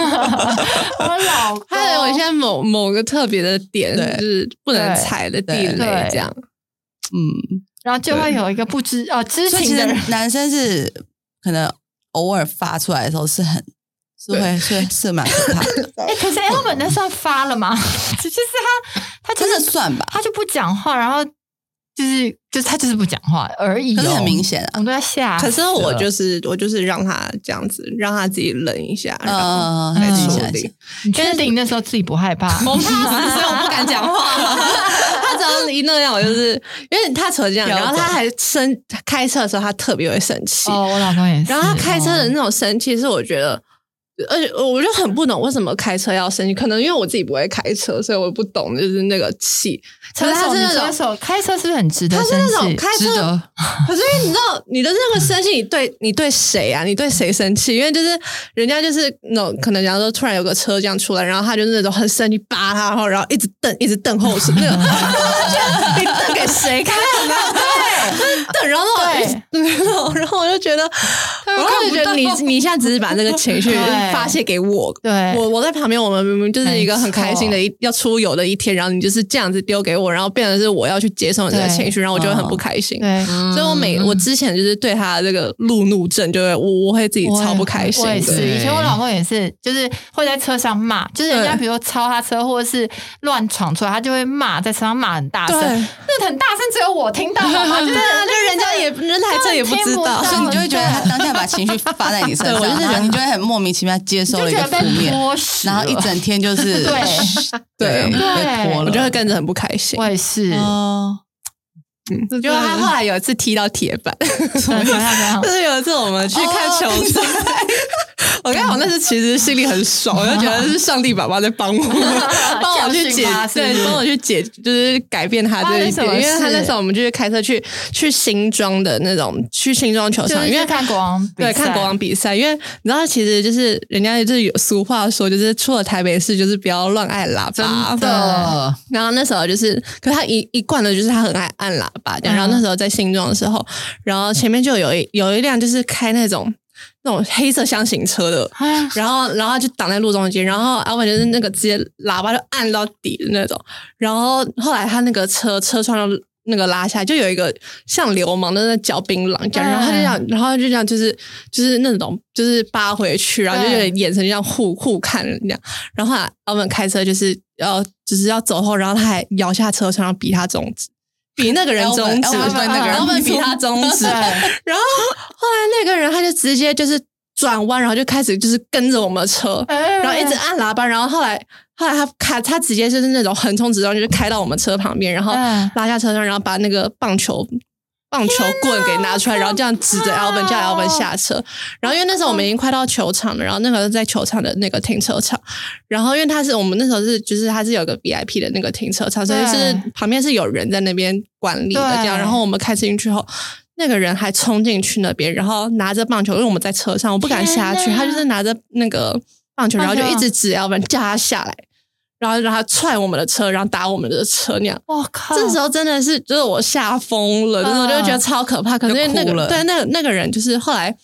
[SPEAKER 2] 我老公，
[SPEAKER 4] 他有一些某某个特别的点，
[SPEAKER 3] 对
[SPEAKER 4] 就是不能
[SPEAKER 2] 对
[SPEAKER 4] 踩的地雷
[SPEAKER 2] 对
[SPEAKER 4] 这样。
[SPEAKER 3] 嗯，
[SPEAKER 2] 然后就会有一个不知哦知
[SPEAKER 3] 所以其
[SPEAKER 2] 情
[SPEAKER 3] 实
[SPEAKER 2] 的人，
[SPEAKER 3] 男生是可能偶尔发出来的时候是很是会是是蛮可怕的，
[SPEAKER 2] 哎、可是 Alvin 那算发了吗？ 就是他，他就
[SPEAKER 3] 真的
[SPEAKER 2] 是
[SPEAKER 3] 算吧，
[SPEAKER 2] 他就不讲话，然后就是就是他就是不讲话而已、哦，
[SPEAKER 3] 可是很明，显
[SPEAKER 2] 我
[SPEAKER 3] 啊，
[SPEAKER 2] 们都在吓死
[SPEAKER 4] 可
[SPEAKER 2] 了。
[SPEAKER 4] 是我就是我就是让他这样子，让他自己冷一下，然后
[SPEAKER 3] 嗯，
[SPEAKER 4] 再
[SPEAKER 3] 自
[SPEAKER 4] 说
[SPEAKER 3] 己
[SPEAKER 4] 不
[SPEAKER 3] 想一想
[SPEAKER 4] 定。
[SPEAKER 2] 你确定那时候自己不害 怕？
[SPEAKER 4] 我
[SPEAKER 2] 哦
[SPEAKER 4] 怕死，所以我不敢讲话。嗯 他只要一那样，我就是因为他扯这样，
[SPEAKER 3] 飙走
[SPEAKER 4] 然后他还生开车的时候，他特别会生气。
[SPEAKER 2] 哦，我老公也是。
[SPEAKER 4] 然后他开车的
[SPEAKER 2] 哦
[SPEAKER 4] 那种生气，是我觉得，而且我就很不懂为什么开车要生气。可能因为我自己不会开车，所以我不懂就是那个气。可是
[SPEAKER 2] 车
[SPEAKER 4] 他
[SPEAKER 2] 手，
[SPEAKER 4] 是
[SPEAKER 2] 你
[SPEAKER 4] 那
[SPEAKER 2] 车
[SPEAKER 4] 种，
[SPEAKER 2] 手开车是不是很值得
[SPEAKER 4] 他是
[SPEAKER 2] 生
[SPEAKER 4] 那种
[SPEAKER 2] 气？
[SPEAKER 4] 开
[SPEAKER 1] 值
[SPEAKER 4] 车
[SPEAKER 1] 得
[SPEAKER 4] 可是因为你知道，你的那个生气，你对你对谁啊？你对谁生气？因为就是人家就是那种可能，然后说突然有个车这样出来，然后他就是那种很生气，扒他，然后然后一直瞪，一直瞪后视，那种你瞪给谁看啊？对，瞪，然后那种然后然后我就觉得，然后我就觉得你你现在只是把这个情绪
[SPEAKER 2] 对
[SPEAKER 4] 发泄给我。
[SPEAKER 2] 对，
[SPEAKER 4] 我我在旁边，我们明明就是一个很开心的
[SPEAKER 2] 没
[SPEAKER 4] 一要出游的一天，然后你就是这样子丢给我，然后变成是我要去接受你的
[SPEAKER 2] 对
[SPEAKER 4] 情绪，然后我就会很
[SPEAKER 3] 哦
[SPEAKER 4] 不开心。
[SPEAKER 2] 对，
[SPEAKER 1] 嗯
[SPEAKER 4] 所以我每我之前就是对他的这个路怒症，就会我我会自己
[SPEAKER 2] 我
[SPEAKER 4] 超
[SPEAKER 2] 也
[SPEAKER 4] 不开心
[SPEAKER 2] 我也是，
[SPEAKER 4] 的。
[SPEAKER 1] 对
[SPEAKER 2] 以前我老公也是，就是会在车上骂，就是人家
[SPEAKER 4] 对
[SPEAKER 2] 比如说超他车或者是乱闯出来，他就会骂，在车上骂很大声，
[SPEAKER 4] 对
[SPEAKER 2] 那很大声只有我听到好吗？就 是
[SPEAKER 4] 对啊，就人家也人台车也不
[SPEAKER 2] 听
[SPEAKER 4] 知
[SPEAKER 2] 不
[SPEAKER 4] 道
[SPEAKER 2] 到，
[SPEAKER 3] 所以你就会觉得他当下把把情绪发在你身上，
[SPEAKER 4] 对我就是觉
[SPEAKER 3] 然
[SPEAKER 4] 得
[SPEAKER 3] 后你就会很莫名其妙接
[SPEAKER 2] 你
[SPEAKER 3] 受
[SPEAKER 2] 就
[SPEAKER 3] 了一
[SPEAKER 2] 觉
[SPEAKER 3] 个
[SPEAKER 2] 得被
[SPEAKER 3] 负面，
[SPEAKER 2] 剥削
[SPEAKER 3] 然后一整天就是
[SPEAKER 2] 对
[SPEAKER 3] 对
[SPEAKER 4] 对
[SPEAKER 3] 被拖
[SPEAKER 4] 我
[SPEAKER 3] 了，
[SPEAKER 4] 就会跟着很不开心
[SPEAKER 2] 我。也是，
[SPEAKER 4] 嗯
[SPEAKER 3] 哦，
[SPEAKER 4] 就他后来有一次踢到铁板，
[SPEAKER 2] 怎么样怎么样
[SPEAKER 4] 就是有一次我们去看
[SPEAKER 2] 哦
[SPEAKER 4] 球赛， 我刚好那时其实心里很爽，我就觉得是上帝爸爸在帮 我，帮我去解
[SPEAKER 2] 教训他，是不是
[SPEAKER 4] 对，帮我去解，就是改变他这一
[SPEAKER 2] 发生
[SPEAKER 4] 点。
[SPEAKER 2] 什么
[SPEAKER 4] 因为他
[SPEAKER 2] 事
[SPEAKER 4] 那时候我们就是开车去去新庄的那种，去新庄球
[SPEAKER 2] 就是
[SPEAKER 4] 场，
[SPEAKER 2] 去
[SPEAKER 4] 因为
[SPEAKER 2] 看国王比
[SPEAKER 4] 对，
[SPEAKER 2] 赛
[SPEAKER 4] 看国王比赛，因为你知道，其实就是人家就是有俗话说，就是出了台北市就是不要乱按喇叭，
[SPEAKER 1] 真的，
[SPEAKER 4] 然后那时候就是，可是他一一贯的就是他很爱按喇叭这样。
[SPEAKER 2] 嗯
[SPEAKER 4] 然后那时候在新庄的时候，然后前面就有一有一辆就是开那种那种黑色箱型车的，
[SPEAKER 2] 啊
[SPEAKER 4] 然后然后就挡在路中间，然后阿伟就是那个直接喇叭就按到底的那种。然后后来他那个车车窗就那个拉下来，就有一个像流氓的那嚼槟榔这样，
[SPEAKER 2] 嗯
[SPEAKER 4] 然后他就这样，然后他就这样就是就是那种就是扒回去，然后就有
[SPEAKER 2] 嗯
[SPEAKER 4] 点眼神就这样互互看人家。然后后来阿文开车就是要就是要走后，然后他还摇下车窗，然后比他中指，比那个人中指，
[SPEAKER 3] Elvin- Elvin
[SPEAKER 2] 对那个人
[SPEAKER 4] 然后比他中 指，
[SPEAKER 2] 对
[SPEAKER 4] 然后后来那个人他就直接就是转弯，然后就开始就是跟着我们的 车，然后一直按喇叭，然后后来后来他开他直接就是那种横冲直撞，就是开到我们车旁边，然后
[SPEAKER 2] 嗯
[SPEAKER 4] 拉下车窗，然后把那个棒球。棒球棍给拿出来，然后这样指着
[SPEAKER 2] 哦
[SPEAKER 4] Alvin 叫 Alvin 下车。然后因为那时候我们已经快到球场了，然后那个是在球场的那个停车场。然后因为他是我们那时候是就是他是有个 VIP 的那个停车场，所以是
[SPEAKER 2] 对
[SPEAKER 4] 旁边是有人在那边管理的这样。
[SPEAKER 2] 对
[SPEAKER 4] 然后我们开车进去后，那个人还冲进去那边，然后拿着棒球，因为我们在车上，我不敢下去，
[SPEAKER 2] 天哪
[SPEAKER 4] 他就是拿着那个棒球，然后就
[SPEAKER 2] 棒球
[SPEAKER 4] 一直指 Alvin 叫他下来，然后让他踹我们的车，然后打我们的车那样。
[SPEAKER 2] 我靠，
[SPEAKER 4] 这时候真的是，就是我吓疯了，
[SPEAKER 2] 嗯
[SPEAKER 4] 就是我就觉得超可怕。可是那
[SPEAKER 3] 就哭
[SPEAKER 4] 个
[SPEAKER 3] 了
[SPEAKER 4] 对那那个人，就是后来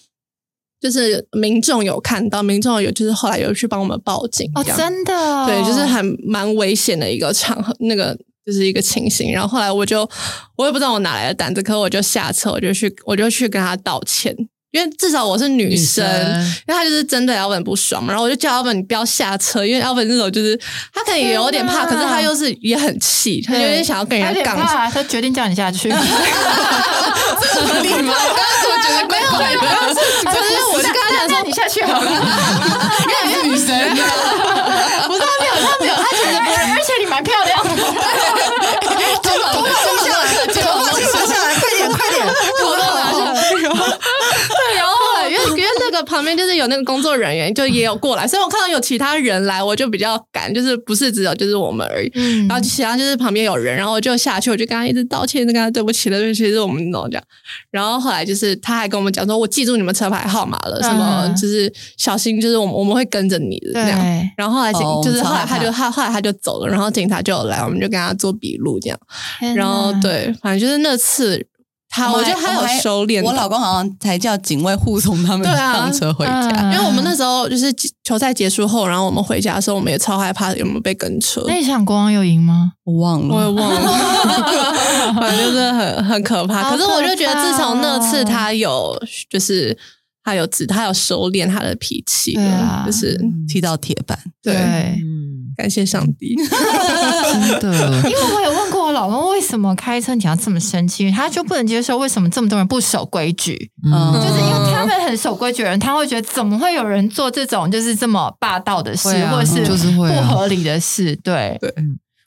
[SPEAKER 4] 就是民众有看到，民众有就是后来有去帮我们报警
[SPEAKER 2] 哦
[SPEAKER 4] 这样
[SPEAKER 2] 真的哦
[SPEAKER 4] 对，就是还蛮危险的一个场合，那个就是一个情形。然后后来我就我也不知道我哪来的胆子，可我就下车，我就去我就去跟他道歉，因为至少我是女生。因为他就是针对 Alvin 不爽嘛，然后我就叫 Alvin 你不要下车，因为 Alvin 这种就是他可能也有点怕，
[SPEAKER 2] 天哪
[SPEAKER 4] 可是他又是也很气，他
[SPEAKER 2] 对
[SPEAKER 4] 有点想要跟
[SPEAKER 2] 他有
[SPEAKER 4] 人家
[SPEAKER 2] 点
[SPEAKER 4] 杠起来。
[SPEAKER 2] 怕，他决定叫你 下去。
[SPEAKER 3] 你们我刚刚怎么觉得怪怪的？
[SPEAKER 2] 不是，啊我就跟他讲说，你下去啊好了。
[SPEAKER 3] 女神，
[SPEAKER 2] 不是，他没有，他没有，他其实不是，而且你蛮漂亮的。
[SPEAKER 3] 头发头发下来，头发
[SPEAKER 1] 扯下来，快点快点！
[SPEAKER 4] 对，然后后来因为因为那个旁边就是有那个工作人员，就也有过来，所以我看到有其他人来，我就比较敢，就是不是只有就是我们而已。
[SPEAKER 2] 嗯
[SPEAKER 4] 然后其他就是旁边有人，然后我就下去，我就跟他一直道歉，就跟他对不起了，对不起，是我们那种这样。然后后来就是他还跟我们讲说，我记住你们车牌号码了，什么
[SPEAKER 2] 嗯
[SPEAKER 4] 就是小心，就是我们我们会跟着你的这样。
[SPEAKER 2] 对，
[SPEAKER 4] 然后后来警、
[SPEAKER 3] 哦
[SPEAKER 4] 就是后来
[SPEAKER 3] 超害
[SPEAKER 4] 他
[SPEAKER 3] 怕
[SPEAKER 4] 就他后来他就走了，然后警察就有来，我们就跟他做笔录这样。然后对，反正就是那次他，我觉得他有收敛到。
[SPEAKER 3] 我老公好像才叫警卫护送他们
[SPEAKER 4] 对啊
[SPEAKER 3] 上车回家。
[SPEAKER 2] 嗯
[SPEAKER 4] 因为我们那时候就是球赛结束后，然后我们回家的时候，我们也超害怕有没有被跟车，
[SPEAKER 2] 那一场国王有赢吗？
[SPEAKER 3] 我忘
[SPEAKER 4] 我也
[SPEAKER 3] 了，
[SPEAKER 4] 忘了，反正就是很很可怕。
[SPEAKER 2] 好
[SPEAKER 4] 可是我就觉
[SPEAKER 2] 可怕
[SPEAKER 4] 得，
[SPEAKER 2] 哦
[SPEAKER 4] 自从那次他有就是他有自他有收敛他的脾气了，
[SPEAKER 2] 对啊
[SPEAKER 4] 就是
[SPEAKER 3] 踢到铁板，
[SPEAKER 4] 对，
[SPEAKER 1] 嗯，
[SPEAKER 4] 感谢上帝。
[SPEAKER 1] 真的
[SPEAKER 2] 因为我也问过我老公，为什么开车你要这么生气？他就不能接受为什么这么多人不守规矩，
[SPEAKER 3] 嗯
[SPEAKER 2] 就是因为他们很守规矩的人，他会觉得怎么会有人做这种就是这么霸道的事，
[SPEAKER 1] 会啊
[SPEAKER 2] 或者是
[SPEAKER 1] 就是会啊
[SPEAKER 2] 不合理的事？对，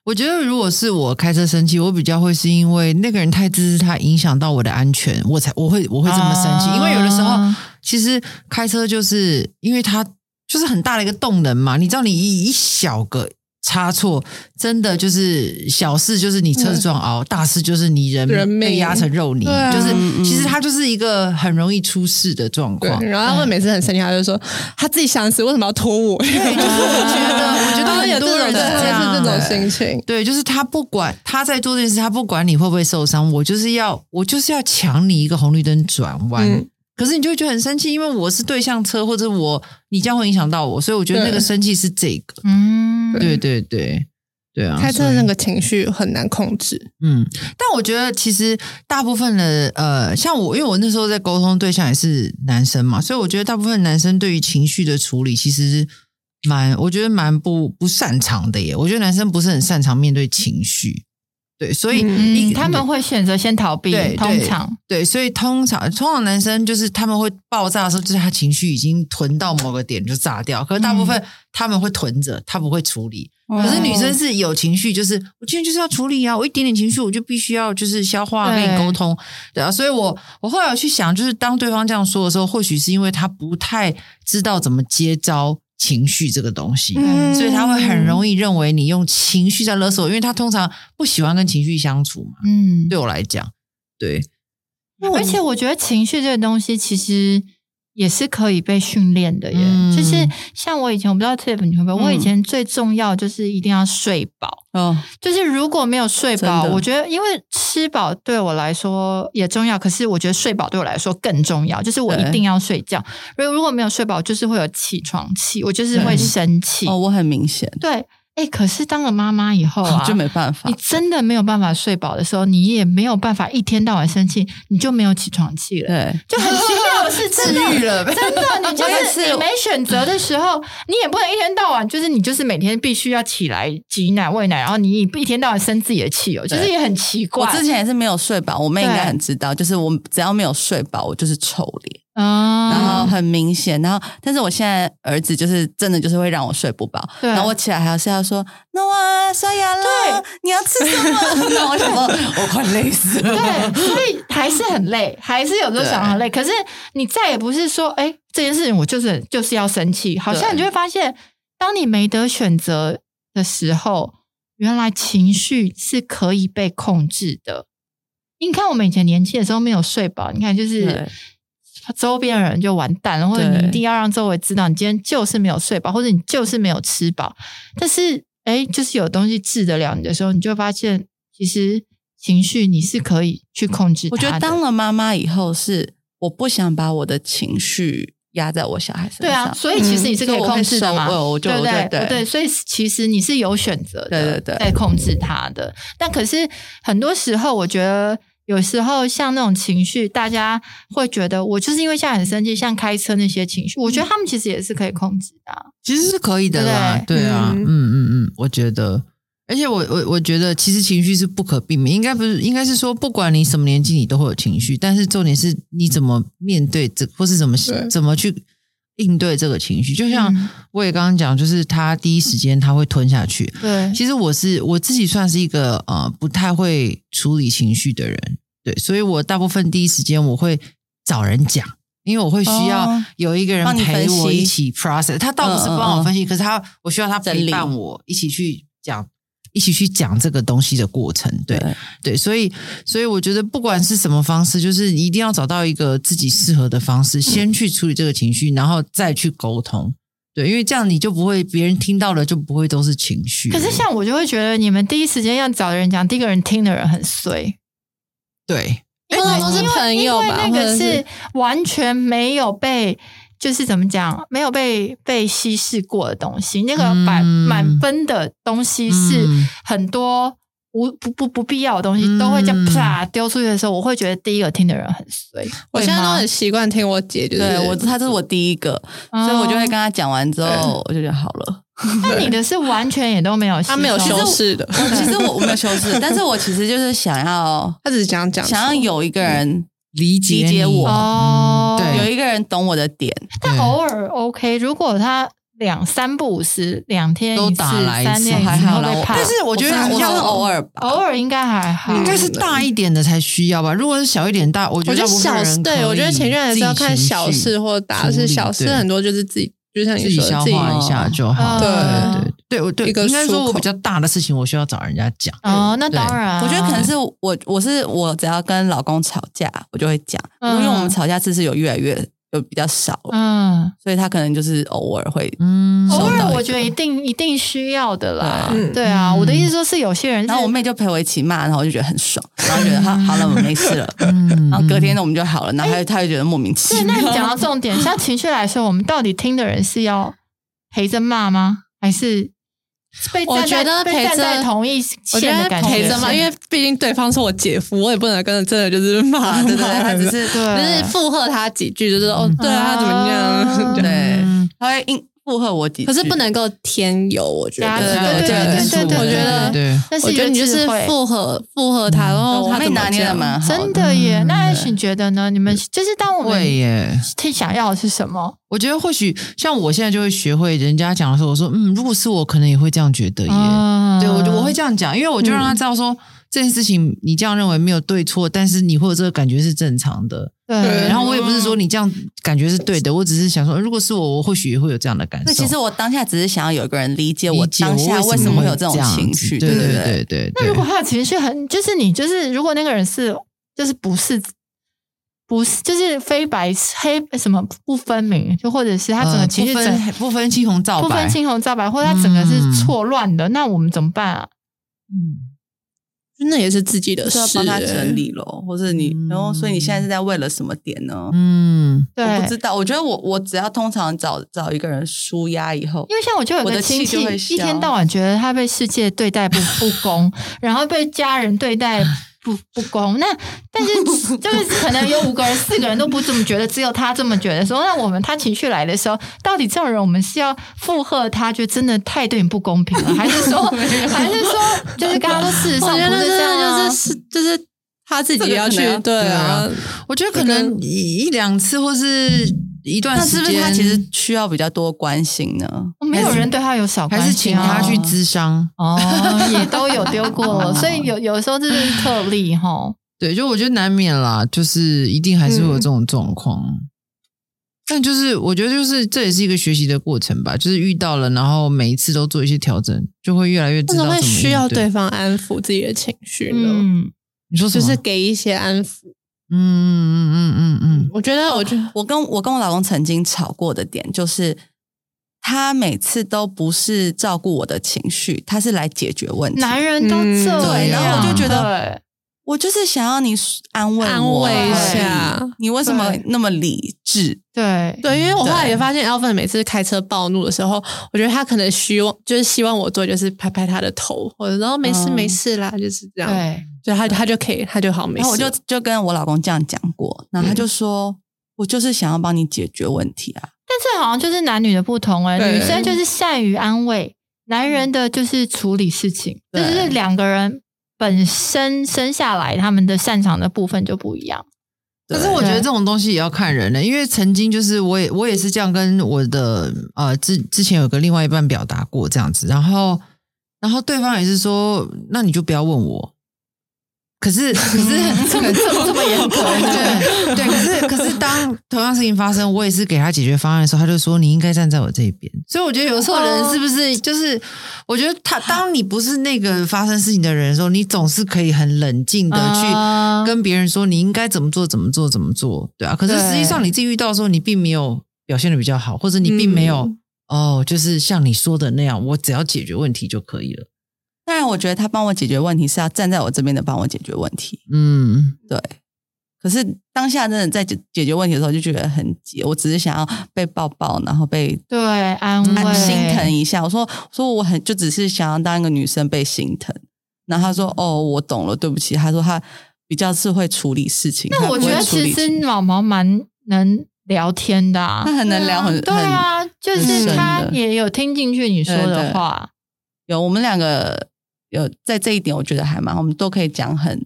[SPEAKER 1] 我觉得如果是我开车生气，我比较会是因为那个人太自私，他影响到我的安全，我才我会我会这么生气。
[SPEAKER 2] 啊
[SPEAKER 1] 因为有的时候，其实开车就是因为他就是很大的一个动能嘛，你知道，你一一小个。差错真的就是小事，就是你车子撞凹；大事就是你人
[SPEAKER 4] 人命
[SPEAKER 1] 被压成肉泥。
[SPEAKER 4] 对啊
[SPEAKER 1] 就是
[SPEAKER 3] 嗯嗯
[SPEAKER 1] 其实它就是一个很容易出事的状
[SPEAKER 4] 对
[SPEAKER 1] 况，。
[SPEAKER 4] 然后他会每次很生气，他就说他自己想死，为什么要拖我？
[SPEAKER 1] 对，就是我觉得，我觉得
[SPEAKER 4] 他们有
[SPEAKER 1] 很
[SPEAKER 4] 这
[SPEAKER 1] 多
[SPEAKER 4] 种
[SPEAKER 1] 人
[SPEAKER 4] 真
[SPEAKER 1] 是
[SPEAKER 4] 的
[SPEAKER 1] 这样，
[SPEAKER 4] 是这种心情。
[SPEAKER 1] 对，就是他不管他在做这件事，他不管你会不会受伤，我就是要我就是要抢你一个红绿灯转弯。
[SPEAKER 4] 嗯
[SPEAKER 1] 可是你就会觉得很生气，因为我是对向车，或者我你这样会影响到我，所以我觉得那个
[SPEAKER 4] 对
[SPEAKER 1] 生气是这个。
[SPEAKER 2] 嗯，
[SPEAKER 1] 对对对对啊，
[SPEAKER 4] 开车
[SPEAKER 1] 所
[SPEAKER 4] 的
[SPEAKER 1] 以
[SPEAKER 4] 那个情绪很难控制，
[SPEAKER 1] 嗯，但我觉得其实大部分的呃，像我，因为我那时候在沟通对象也是男生嘛，所以我觉得大部分男生对于情绪的处理其实蛮，我觉得蛮不不擅长的耶。我觉得男生不是很擅长面对情绪，对，所以
[SPEAKER 4] 嗯
[SPEAKER 1] 一
[SPEAKER 2] 嗯，他们会选择先逃避
[SPEAKER 1] 对，
[SPEAKER 2] 通常
[SPEAKER 1] 对，所以通常通常男生就是他们会爆炸的时候，就是他情绪已经囤到某个点就炸掉。可是大部分他们会囤着，他不会处理。
[SPEAKER 4] 嗯
[SPEAKER 3] 可
[SPEAKER 1] 可是女生是有情绪，就是我今天就是要处理啊，我一点点情绪我就必须要就是消化
[SPEAKER 2] 对
[SPEAKER 1] 跟你沟通，对啊。所以我我后来有去想，就是当对方这样说的时候，或许是因为他不太知道怎么接招情绪这个东西。
[SPEAKER 4] 嗯
[SPEAKER 1] 所以他会很容易认为你用情绪在勒索，因为他通常不喜欢跟情绪相处嘛。
[SPEAKER 2] 嗯，
[SPEAKER 1] 对我来讲，对，
[SPEAKER 2] 而且我觉得情绪这个东西其实也是可以被训练的耶。
[SPEAKER 1] 嗯
[SPEAKER 2] 就是像我以前，我不知道 Tiff 你会不
[SPEAKER 3] 嗯
[SPEAKER 2] 会，我以前最重要就是一定要睡饱。
[SPEAKER 3] 哦，
[SPEAKER 2] 就是如果没有睡饱，
[SPEAKER 3] 真的
[SPEAKER 2] 我觉得因为吃饱对我来说也重要，可是我觉得睡饱对我来说更重要。就是我一
[SPEAKER 3] 对
[SPEAKER 2] 定要睡觉，如果如果没有睡饱，就是会有起床气，我就是会
[SPEAKER 3] 对
[SPEAKER 2] 生气。
[SPEAKER 3] 哦，我很明显，
[SPEAKER 2] 对，哎，可是当了妈妈以
[SPEAKER 4] 哦
[SPEAKER 2] 后啊，
[SPEAKER 3] 就没办法
[SPEAKER 2] 你。真的没有办法睡饱的时候，你也没有办法一天到晚生气，你就没有起床 气了，
[SPEAKER 3] 对，
[SPEAKER 2] 就很奇妙的是，真的。
[SPEAKER 1] 了呗。
[SPEAKER 2] 真的，你就
[SPEAKER 3] 我也
[SPEAKER 2] 是
[SPEAKER 3] 是
[SPEAKER 2] 你没选择的时候，你也不能一天到晚就是你就是每天必须要起来挤奶喂奶，然后你一天到晚生自己的气哦，就是也很奇
[SPEAKER 3] 我
[SPEAKER 2] 怪。
[SPEAKER 3] 之前也是没有睡饱，我妹应该很知道，就是我只要没有睡饱，我就是臭脸，
[SPEAKER 4] 嗯
[SPEAKER 3] 然后
[SPEAKER 2] 啊，
[SPEAKER 3] 很明显。然后，但是我现在儿子就是真的就是会让我睡不饱，
[SPEAKER 2] 对
[SPEAKER 3] 然后我起来还是要说“那啊，刷牙了，你要吃什么？” 然后我想说，我快累死了。
[SPEAKER 2] 对，所以还是很累，还是有时候想很累。可是你再也不是说，哎、这件事情我就是就是要生气，好像
[SPEAKER 3] 对
[SPEAKER 2] 你就会发现，当你没得选择的时候，原来情绪是可以被控制的。你看我们以前年轻的时候没有睡饱，你看就是
[SPEAKER 3] 对
[SPEAKER 2] 周边的人就完蛋了，或者
[SPEAKER 3] 对
[SPEAKER 2] 你一定要让周围知道你今天就是没有睡饱，或者你就是没有吃饱。但是，哎，就是有东西治得了你的时候，你就会发现，其实情绪你是可以去控制它
[SPEAKER 3] 我觉得
[SPEAKER 2] 的
[SPEAKER 3] 当了妈妈以后是，我不想把我的情绪压在我小孩身上。
[SPEAKER 2] 对啊，所以其实你是可以控制的
[SPEAKER 3] 嗯
[SPEAKER 2] 嘛，
[SPEAKER 3] 所以我会收
[SPEAKER 2] 对
[SPEAKER 3] 我我就
[SPEAKER 2] 不对
[SPEAKER 3] 我就对
[SPEAKER 2] 对，所以其实你是有选择
[SPEAKER 3] 对对
[SPEAKER 2] 的，
[SPEAKER 3] 对
[SPEAKER 2] 在控制它的。但可是很多时候，我觉得有时候像那种情绪，大家会觉得我就是因为现在很生气，像开车那些情绪，我觉得
[SPEAKER 3] 嗯
[SPEAKER 2] 他们其实也是可以控制的啊、
[SPEAKER 1] 其实是可以的啦，
[SPEAKER 2] 对
[SPEAKER 1] 对啊，
[SPEAKER 4] 嗯
[SPEAKER 1] 嗯嗯嗯，我觉得。而且我我我觉得，其实情绪是不可避免，应该不是，应该是说，不管你什么年纪，你都会有情绪。但是重点是你怎么面对这，或是怎么
[SPEAKER 4] 对
[SPEAKER 1] 怎么去应对这个情绪。就像
[SPEAKER 2] 嗯
[SPEAKER 1] 我也刚刚讲，就是他第一时间他会吞下去。
[SPEAKER 2] 对，
[SPEAKER 1] 其实我是我自己算是一个呃不太会处理情绪的人，对，所以我大部分第一时间我会找人讲，因为我会需要
[SPEAKER 3] 哦
[SPEAKER 1] 有一个人
[SPEAKER 3] 帮你
[SPEAKER 1] 陪
[SPEAKER 3] 分
[SPEAKER 1] 我
[SPEAKER 3] 析
[SPEAKER 1] 一起 process。他倒不是不
[SPEAKER 3] 嗯嗯
[SPEAKER 1] 帮我
[SPEAKER 3] 嗯
[SPEAKER 1] 分析，可是他我需要他
[SPEAKER 3] 整
[SPEAKER 1] 陪
[SPEAKER 3] 理
[SPEAKER 1] 伴我一起去讲，一起去讲这个东西的过程，对。对，所以所以我觉得不管是什么方式，就是你一定要找到一个自己适合的方式，先去处理这个情绪，然后再去沟通。对，因为这样你就不会别人听到了就不会都是情绪了。
[SPEAKER 2] 可是像我就会觉得，你们第一时间要找的人讲，第一个人听的人很衰，
[SPEAKER 1] 对，
[SPEAKER 4] 通常都是朋友吧，
[SPEAKER 2] 因
[SPEAKER 4] 或
[SPEAKER 2] 为那
[SPEAKER 4] 者
[SPEAKER 2] 个是完全没有被，就是怎么讲，没有被被稀释过的东西。那个满
[SPEAKER 1] 嗯
[SPEAKER 2] 满分的东西是
[SPEAKER 1] 嗯
[SPEAKER 2] 很多无不不不必要的东西
[SPEAKER 1] 嗯
[SPEAKER 2] 都会这样啪丢出去的时候，我会觉得第一个听的人很衰。
[SPEAKER 4] 我
[SPEAKER 2] 会
[SPEAKER 4] 现在都
[SPEAKER 2] 吗
[SPEAKER 4] 很习惯听我姐，就是
[SPEAKER 3] 对我，他这是我第一个，
[SPEAKER 2] 哦
[SPEAKER 3] 所以我就会跟他讲完之后，我就觉得好了。
[SPEAKER 2] 那你的是完全也都没有，哦
[SPEAKER 4] 她没有
[SPEAKER 2] 吸收
[SPEAKER 4] 修饰的，
[SPEAKER 3] 我其实我我没有修 饰，但是我其实就是想要
[SPEAKER 4] 她只是想讲
[SPEAKER 3] 想要有一个人
[SPEAKER 1] 理解
[SPEAKER 3] 理解
[SPEAKER 1] 你
[SPEAKER 3] 我
[SPEAKER 2] 哦
[SPEAKER 1] 嗯
[SPEAKER 3] 有
[SPEAKER 1] 对，
[SPEAKER 3] 一个人懂我的点，
[SPEAKER 2] 但偶尔 OK，如果他。两三不五时，两天
[SPEAKER 1] 都
[SPEAKER 2] 一次
[SPEAKER 1] 打来一
[SPEAKER 2] 三
[SPEAKER 1] 次
[SPEAKER 2] 天一次，
[SPEAKER 3] 还好啦
[SPEAKER 2] 会。怕。
[SPEAKER 1] 但是我觉得
[SPEAKER 3] 我
[SPEAKER 1] 比
[SPEAKER 3] 是
[SPEAKER 1] 较
[SPEAKER 3] 偶尔吧，
[SPEAKER 2] 偶尔应该还好，
[SPEAKER 4] 嗯
[SPEAKER 1] 应该是大一点的才需要吧。如果是小一点大，我觉
[SPEAKER 4] 我
[SPEAKER 1] 得
[SPEAKER 4] 觉得
[SPEAKER 1] 大部分
[SPEAKER 4] 小事，
[SPEAKER 1] 人可
[SPEAKER 4] 对我觉得
[SPEAKER 1] 以
[SPEAKER 4] 情绪还
[SPEAKER 1] 自
[SPEAKER 4] 是
[SPEAKER 1] 己
[SPEAKER 4] 要
[SPEAKER 1] 情
[SPEAKER 4] 看小
[SPEAKER 1] 绪
[SPEAKER 4] 事或大
[SPEAKER 1] 处
[SPEAKER 4] 事，
[SPEAKER 1] 理
[SPEAKER 4] 小事
[SPEAKER 1] 对
[SPEAKER 4] 很多就是自己，就像你
[SPEAKER 1] 自己
[SPEAKER 4] 说的
[SPEAKER 1] 消
[SPEAKER 4] 自己
[SPEAKER 1] 化一下就好。
[SPEAKER 2] 嗯
[SPEAKER 1] 对对对，我对
[SPEAKER 4] 一个
[SPEAKER 1] 应该
[SPEAKER 4] 出
[SPEAKER 1] 说，我
[SPEAKER 4] 口
[SPEAKER 1] 比较大的事情，我需要找人家讲。
[SPEAKER 2] 哦，那当然啊，
[SPEAKER 3] 我觉得可能是我，我是我，只要跟老公吵架，我就会讲，
[SPEAKER 2] 嗯
[SPEAKER 3] 因为我们吵架次数有越来越有比较少，
[SPEAKER 2] 嗯，
[SPEAKER 3] 所以他可能就是偶尔会。
[SPEAKER 1] 嗯，
[SPEAKER 2] 偶
[SPEAKER 3] 收
[SPEAKER 2] 尔
[SPEAKER 3] 到一个
[SPEAKER 2] 我觉得一定一定需要的啦。
[SPEAKER 4] 嗯
[SPEAKER 2] 对啊，
[SPEAKER 1] 嗯
[SPEAKER 2] 我的意思说是有些人是，
[SPEAKER 3] 然后我妹就陪我一起骂，然后我就觉得很爽，然后觉得好好了，我们没事了。
[SPEAKER 1] 嗯
[SPEAKER 3] 然
[SPEAKER 4] 哦
[SPEAKER 3] 后隔天呢，我们就好了，然后她她就觉得莫名
[SPEAKER 2] 对，
[SPEAKER 3] 其
[SPEAKER 2] 那
[SPEAKER 3] 妙
[SPEAKER 2] 你。讲到 重点，像情绪来说，我们到底听的人是要陪着骂吗，还是被
[SPEAKER 4] 我
[SPEAKER 2] 站在
[SPEAKER 4] 觉得
[SPEAKER 2] 被
[SPEAKER 4] 陪
[SPEAKER 2] 站在
[SPEAKER 4] 着
[SPEAKER 2] 同一
[SPEAKER 4] 我觉
[SPEAKER 2] 线
[SPEAKER 4] 得
[SPEAKER 2] 的感
[SPEAKER 4] 陪着嘛，因为毕竟对方是我姐夫，我也不能跟着真的就是骂，
[SPEAKER 3] 啊对对 对，
[SPEAKER 4] 骂
[SPEAKER 3] 她
[SPEAKER 4] 人
[SPEAKER 3] 只是
[SPEAKER 2] 对
[SPEAKER 4] 就是附和他几句，就是哦，对啊，他怎么样？
[SPEAKER 2] 嗯
[SPEAKER 4] 对
[SPEAKER 3] 对
[SPEAKER 1] 嗯
[SPEAKER 3] 她会应附和我几句，
[SPEAKER 4] 可是不能够添油，我觉
[SPEAKER 2] 对啊
[SPEAKER 4] 得。
[SPEAKER 2] 对对对对对对
[SPEAKER 4] 我觉得
[SPEAKER 1] 对啊
[SPEAKER 2] 但是
[SPEAKER 4] 我觉得你就是附和附和他，然后
[SPEAKER 3] 嗯我
[SPEAKER 4] 他
[SPEAKER 3] 妹
[SPEAKER 4] 怎么
[SPEAKER 3] 拿捏的
[SPEAKER 4] 讲
[SPEAKER 3] 蛮好
[SPEAKER 2] 真的耶。
[SPEAKER 1] 嗯
[SPEAKER 2] 那 Ash 你觉得呢？你们就是当我
[SPEAKER 1] 会
[SPEAKER 2] 们
[SPEAKER 1] 耶。
[SPEAKER 2] 替想要的是什么？
[SPEAKER 1] 我觉得或许像我现在就会学会人家讲的时候，我说嗯，如果是我，可能也会这样觉得耶。
[SPEAKER 2] 嗯
[SPEAKER 1] 对我就我会这样讲，因为我就让他知道说、这件事情你这样认为没有对错，但是你会有这个感觉是正常的。
[SPEAKER 2] 对，
[SPEAKER 1] 然后我也不是说你这样感觉是对的，我只是想说，如果是我，我或许也会有这样的感受。
[SPEAKER 3] 对，其实我当下只是想要有一个人理解我
[SPEAKER 1] 理解
[SPEAKER 3] 当下
[SPEAKER 1] 为
[SPEAKER 3] 为什
[SPEAKER 1] 么
[SPEAKER 3] 么
[SPEAKER 1] 会
[SPEAKER 3] 会有这种
[SPEAKER 1] 样
[SPEAKER 3] 情
[SPEAKER 1] 子
[SPEAKER 3] 绪，
[SPEAKER 1] 对
[SPEAKER 3] 对
[SPEAKER 1] 对
[SPEAKER 3] 对
[SPEAKER 1] 对对。
[SPEAKER 2] 那如果他的情绪很，就是你就是如果那个人是就是不是不是就是非白黑什么不分明，就或者是他整个
[SPEAKER 1] 呃
[SPEAKER 2] 情绪
[SPEAKER 1] 不
[SPEAKER 2] 整、
[SPEAKER 1] 分不分青红皂白，
[SPEAKER 2] 不分青红皂白，或者他整个是
[SPEAKER 1] 嗯
[SPEAKER 2] 错乱的，那我们怎么办啊？
[SPEAKER 1] 嗯，
[SPEAKER 4] 那也是自己的
[SPEAKER 3] 就要
[SPEAKER 4] 事，
[SPEAKER 3] 帮他
[SPEAKER 4] 欸
[SPEAKER 3] 整理咯，或者你
[SPEAKER 1] 嗯，
[SPEAKER 3] 然后所以你现在是在为了什么点呢？
[SPEAKER 1] 嗯
[SPEAKER 2] 对，
[SPEAKER 3] 我不知道，我觉得我我只要通常找找一个人舒压以后
[SPEAKER 2] 因，为像我就有
[SPEAKER 3] 我
[SPEAKER 2] 个
[SPEAKER 3] 的
[SPEAKER 2] 亲
[SPEAKER 3] 气
[SPEAKER 2] 戚
[SPEAKER 3] 就会，
[SPEAKER 2] 一天
[SPEAKER 3] 消
[SPEAKER 2] 到晚觉得他被世界对待不不公，然后被家人对待不不公。那但是就是可能有五个人、四个人都不这么觉得，只有他这么觉得。说那我们他情绪来的时候，到底这种人我们是要附和他，觉得真的太对你不公平了，还是说还是说就是刚刚说事实
[SPEAKER 4] 我
[SPEAKER 2] 上
[SPEAKER 4] 觉
[SPEAKER 2] 不
[SPEAKER 4] 得
[SPEAKER 2] 是这样啊、
[SPEAKER 4] 这就是是就是他自己要去
[SPEAKER 3] 这个可能啊
[SPEAKER 4] 对啊，
[SPEAKER 1] 我觉得可能一一两次或是一段
[SPEAKER 3] 那
[SPEAKER 1] 时
[SPEAKER 3] 是
[SPEAKER 1] 间，
[SPEAKER 3] 不是他其实需要比较多关心呢？
[SPEAKER 2] 没有人对他有少关
[SPEAKER 1] 还
[SPEAKER 2] 心、啊，
[SPEAKER 1] 是请他去咨商？
[SPEAKER 2] 哦，也都有丢过，所以有有时候这就是特例哈。
[SPEAKER 1] 对，就我觉得难免啦，就是一定还是会有这种状况。但就是我觉得，就是这也是一个学习的过程吧。就是遇到了，然后每一次都做一些调整，就会越来越知
[SPEAKER 4] 为
[SPEAKER 1] 道
[SPEAKER 4] 什
[SPEAKER 1] 怎么
[SPEAKER 4] 么会需
[SPEAKER 1] 应
[SPEAKER 4] 要
[SPEAKER 1] 对
[SPEAKER 4] 对。方安抚自己的情绪呢？
[SPEAKER 2] 嗯。
[SPEAKER 1] 你说什
[SPEAKER 4] 就
[SPEAKER 1] 么？
[SPEAKER 4] 是给一些安抚。
[SPEAKER 1] 嗯嗯嗯嗯嗯
[SPEAKER 4] 我觉得，我觉得，
[SPEAKER 3] 我跟我跟我老公曾经吵过的点就是，他每次都不是照顾我的情绪，他是来解决问题。
[SPEAKER 2] 男人都
[SPEAKER 4] 嗯
[SPEAKER 2] 这样，
[SPEAKER 3] 对然后我就觉
[SPEAKER 2] 得，
[SPEAKER 3] 我就是想要你安慰
[SPEAKER 4] 安
[SPEAKER 3] 我
[SPEAKER 4] 慰
[SPEAKER 2] 一
[SPEAKER 3] 而已
[SPEAKER 4] 下
[SPEAKER 3] 你为什么
[SPEAKER 2] 对
[SPEAKER 3] 那么理智？
[SPEAKER 2] 对
[SPEAKER 4] 对，因为我后来也发现，Alvin 每次开车暴怒的时候，我觉得他可能希望就是希望我做就是拍拍他的头，或者然后没事
[SPEAKER 3] 嗯
[SPEAKER 4] 没事啦，就是这样，
[SPEAKER 2] 对，
[SPEAKER 4] 就他他就可以，他就好没
[SPEAKER 3] 然
[SPEAKER 4] 事。嗯
[SPEAKER 3] 后我就就跟我老公这样讲过，然后他就说。我就是想要帮你解决问题啊！
[SPEAKER 2] 但这好像就是男女的不同哎、
[SPEAKER 4] 对
[SPEAKER 2] 女生就是善于安慰，男人的就是处理事情，这
[SPEAKER 3] 对
[SPEAKER 2] 就是两个人本身生下来他们的擅长的部分就不一样。
[SPEAKER 1] 可是我觉得这种东西也要看人的，因为曾经就是我也我也是这样跟我的呃之之前有个另外一半表达过这样子，然后然后对方也是说，那你就不要问我。可是可是这么这么这么严格，对对。可是可是当同样事情发生，我也是给他解决方案的时候，他就说你应该站在我这一边。所以我觉得有时候人是不是就是，我觉得他当你不是那个发生事情的人的时候，你总是可以很冷静的去。
[SPEAKER 2] 啊
[SPEAKER 1] 跟别人说你应该怎么做，怎么做，怎么做，对啊。可是
[SPEAKER 2] 对
[SPEAKER 1] 实际上你自己遇到的时候，你并没有表现的比较好，或者你并没有、哦，就是像你说的那样，我只要解决问题就可以了。
[SPEAKER 3] 当然，我觉得他帮我解决问题是要站在我这边的帮我解决问题，
[SPEAKER 1] 嗯，
[SPEAKER 3] 对。可是当下真的在解解决问题的时候，就觉得很急。我只是想要被抱抱，然后被
[SPEAKER 2] 对安慰、
[SPEAKER 3] 安心疼一下。我说，我说我很就只是想要当一个女生被心疼。然后他说，哦，我懂了，对不起。他说他比较是会处理事情。
[SPEAKER 2] 那我觉得
[SPEAKER 3] 他不会处
[SPEAKER 2] 其
[SPEAKER 3] 理情
[SPEAKER 2] 实毛毛蛮能聊天的、啊
[SPEAKER 3] 他，很能聊，很
[SPEAKER 2] 对
[SPEAKER 3] 很
[SPEAKER 2] 啊，就是
[SPEAKER 3] 深的
[SPEAKER 2] 他也有听进去你说
[SPEAKER 3] 对
[SPEAKER 2] 的
[SPEAKER 3] 对
[SPEAKER 2] 话。
[SPEAKER 3] 有我们两个有在这一点，我觉得还蛮，我们都可以讲很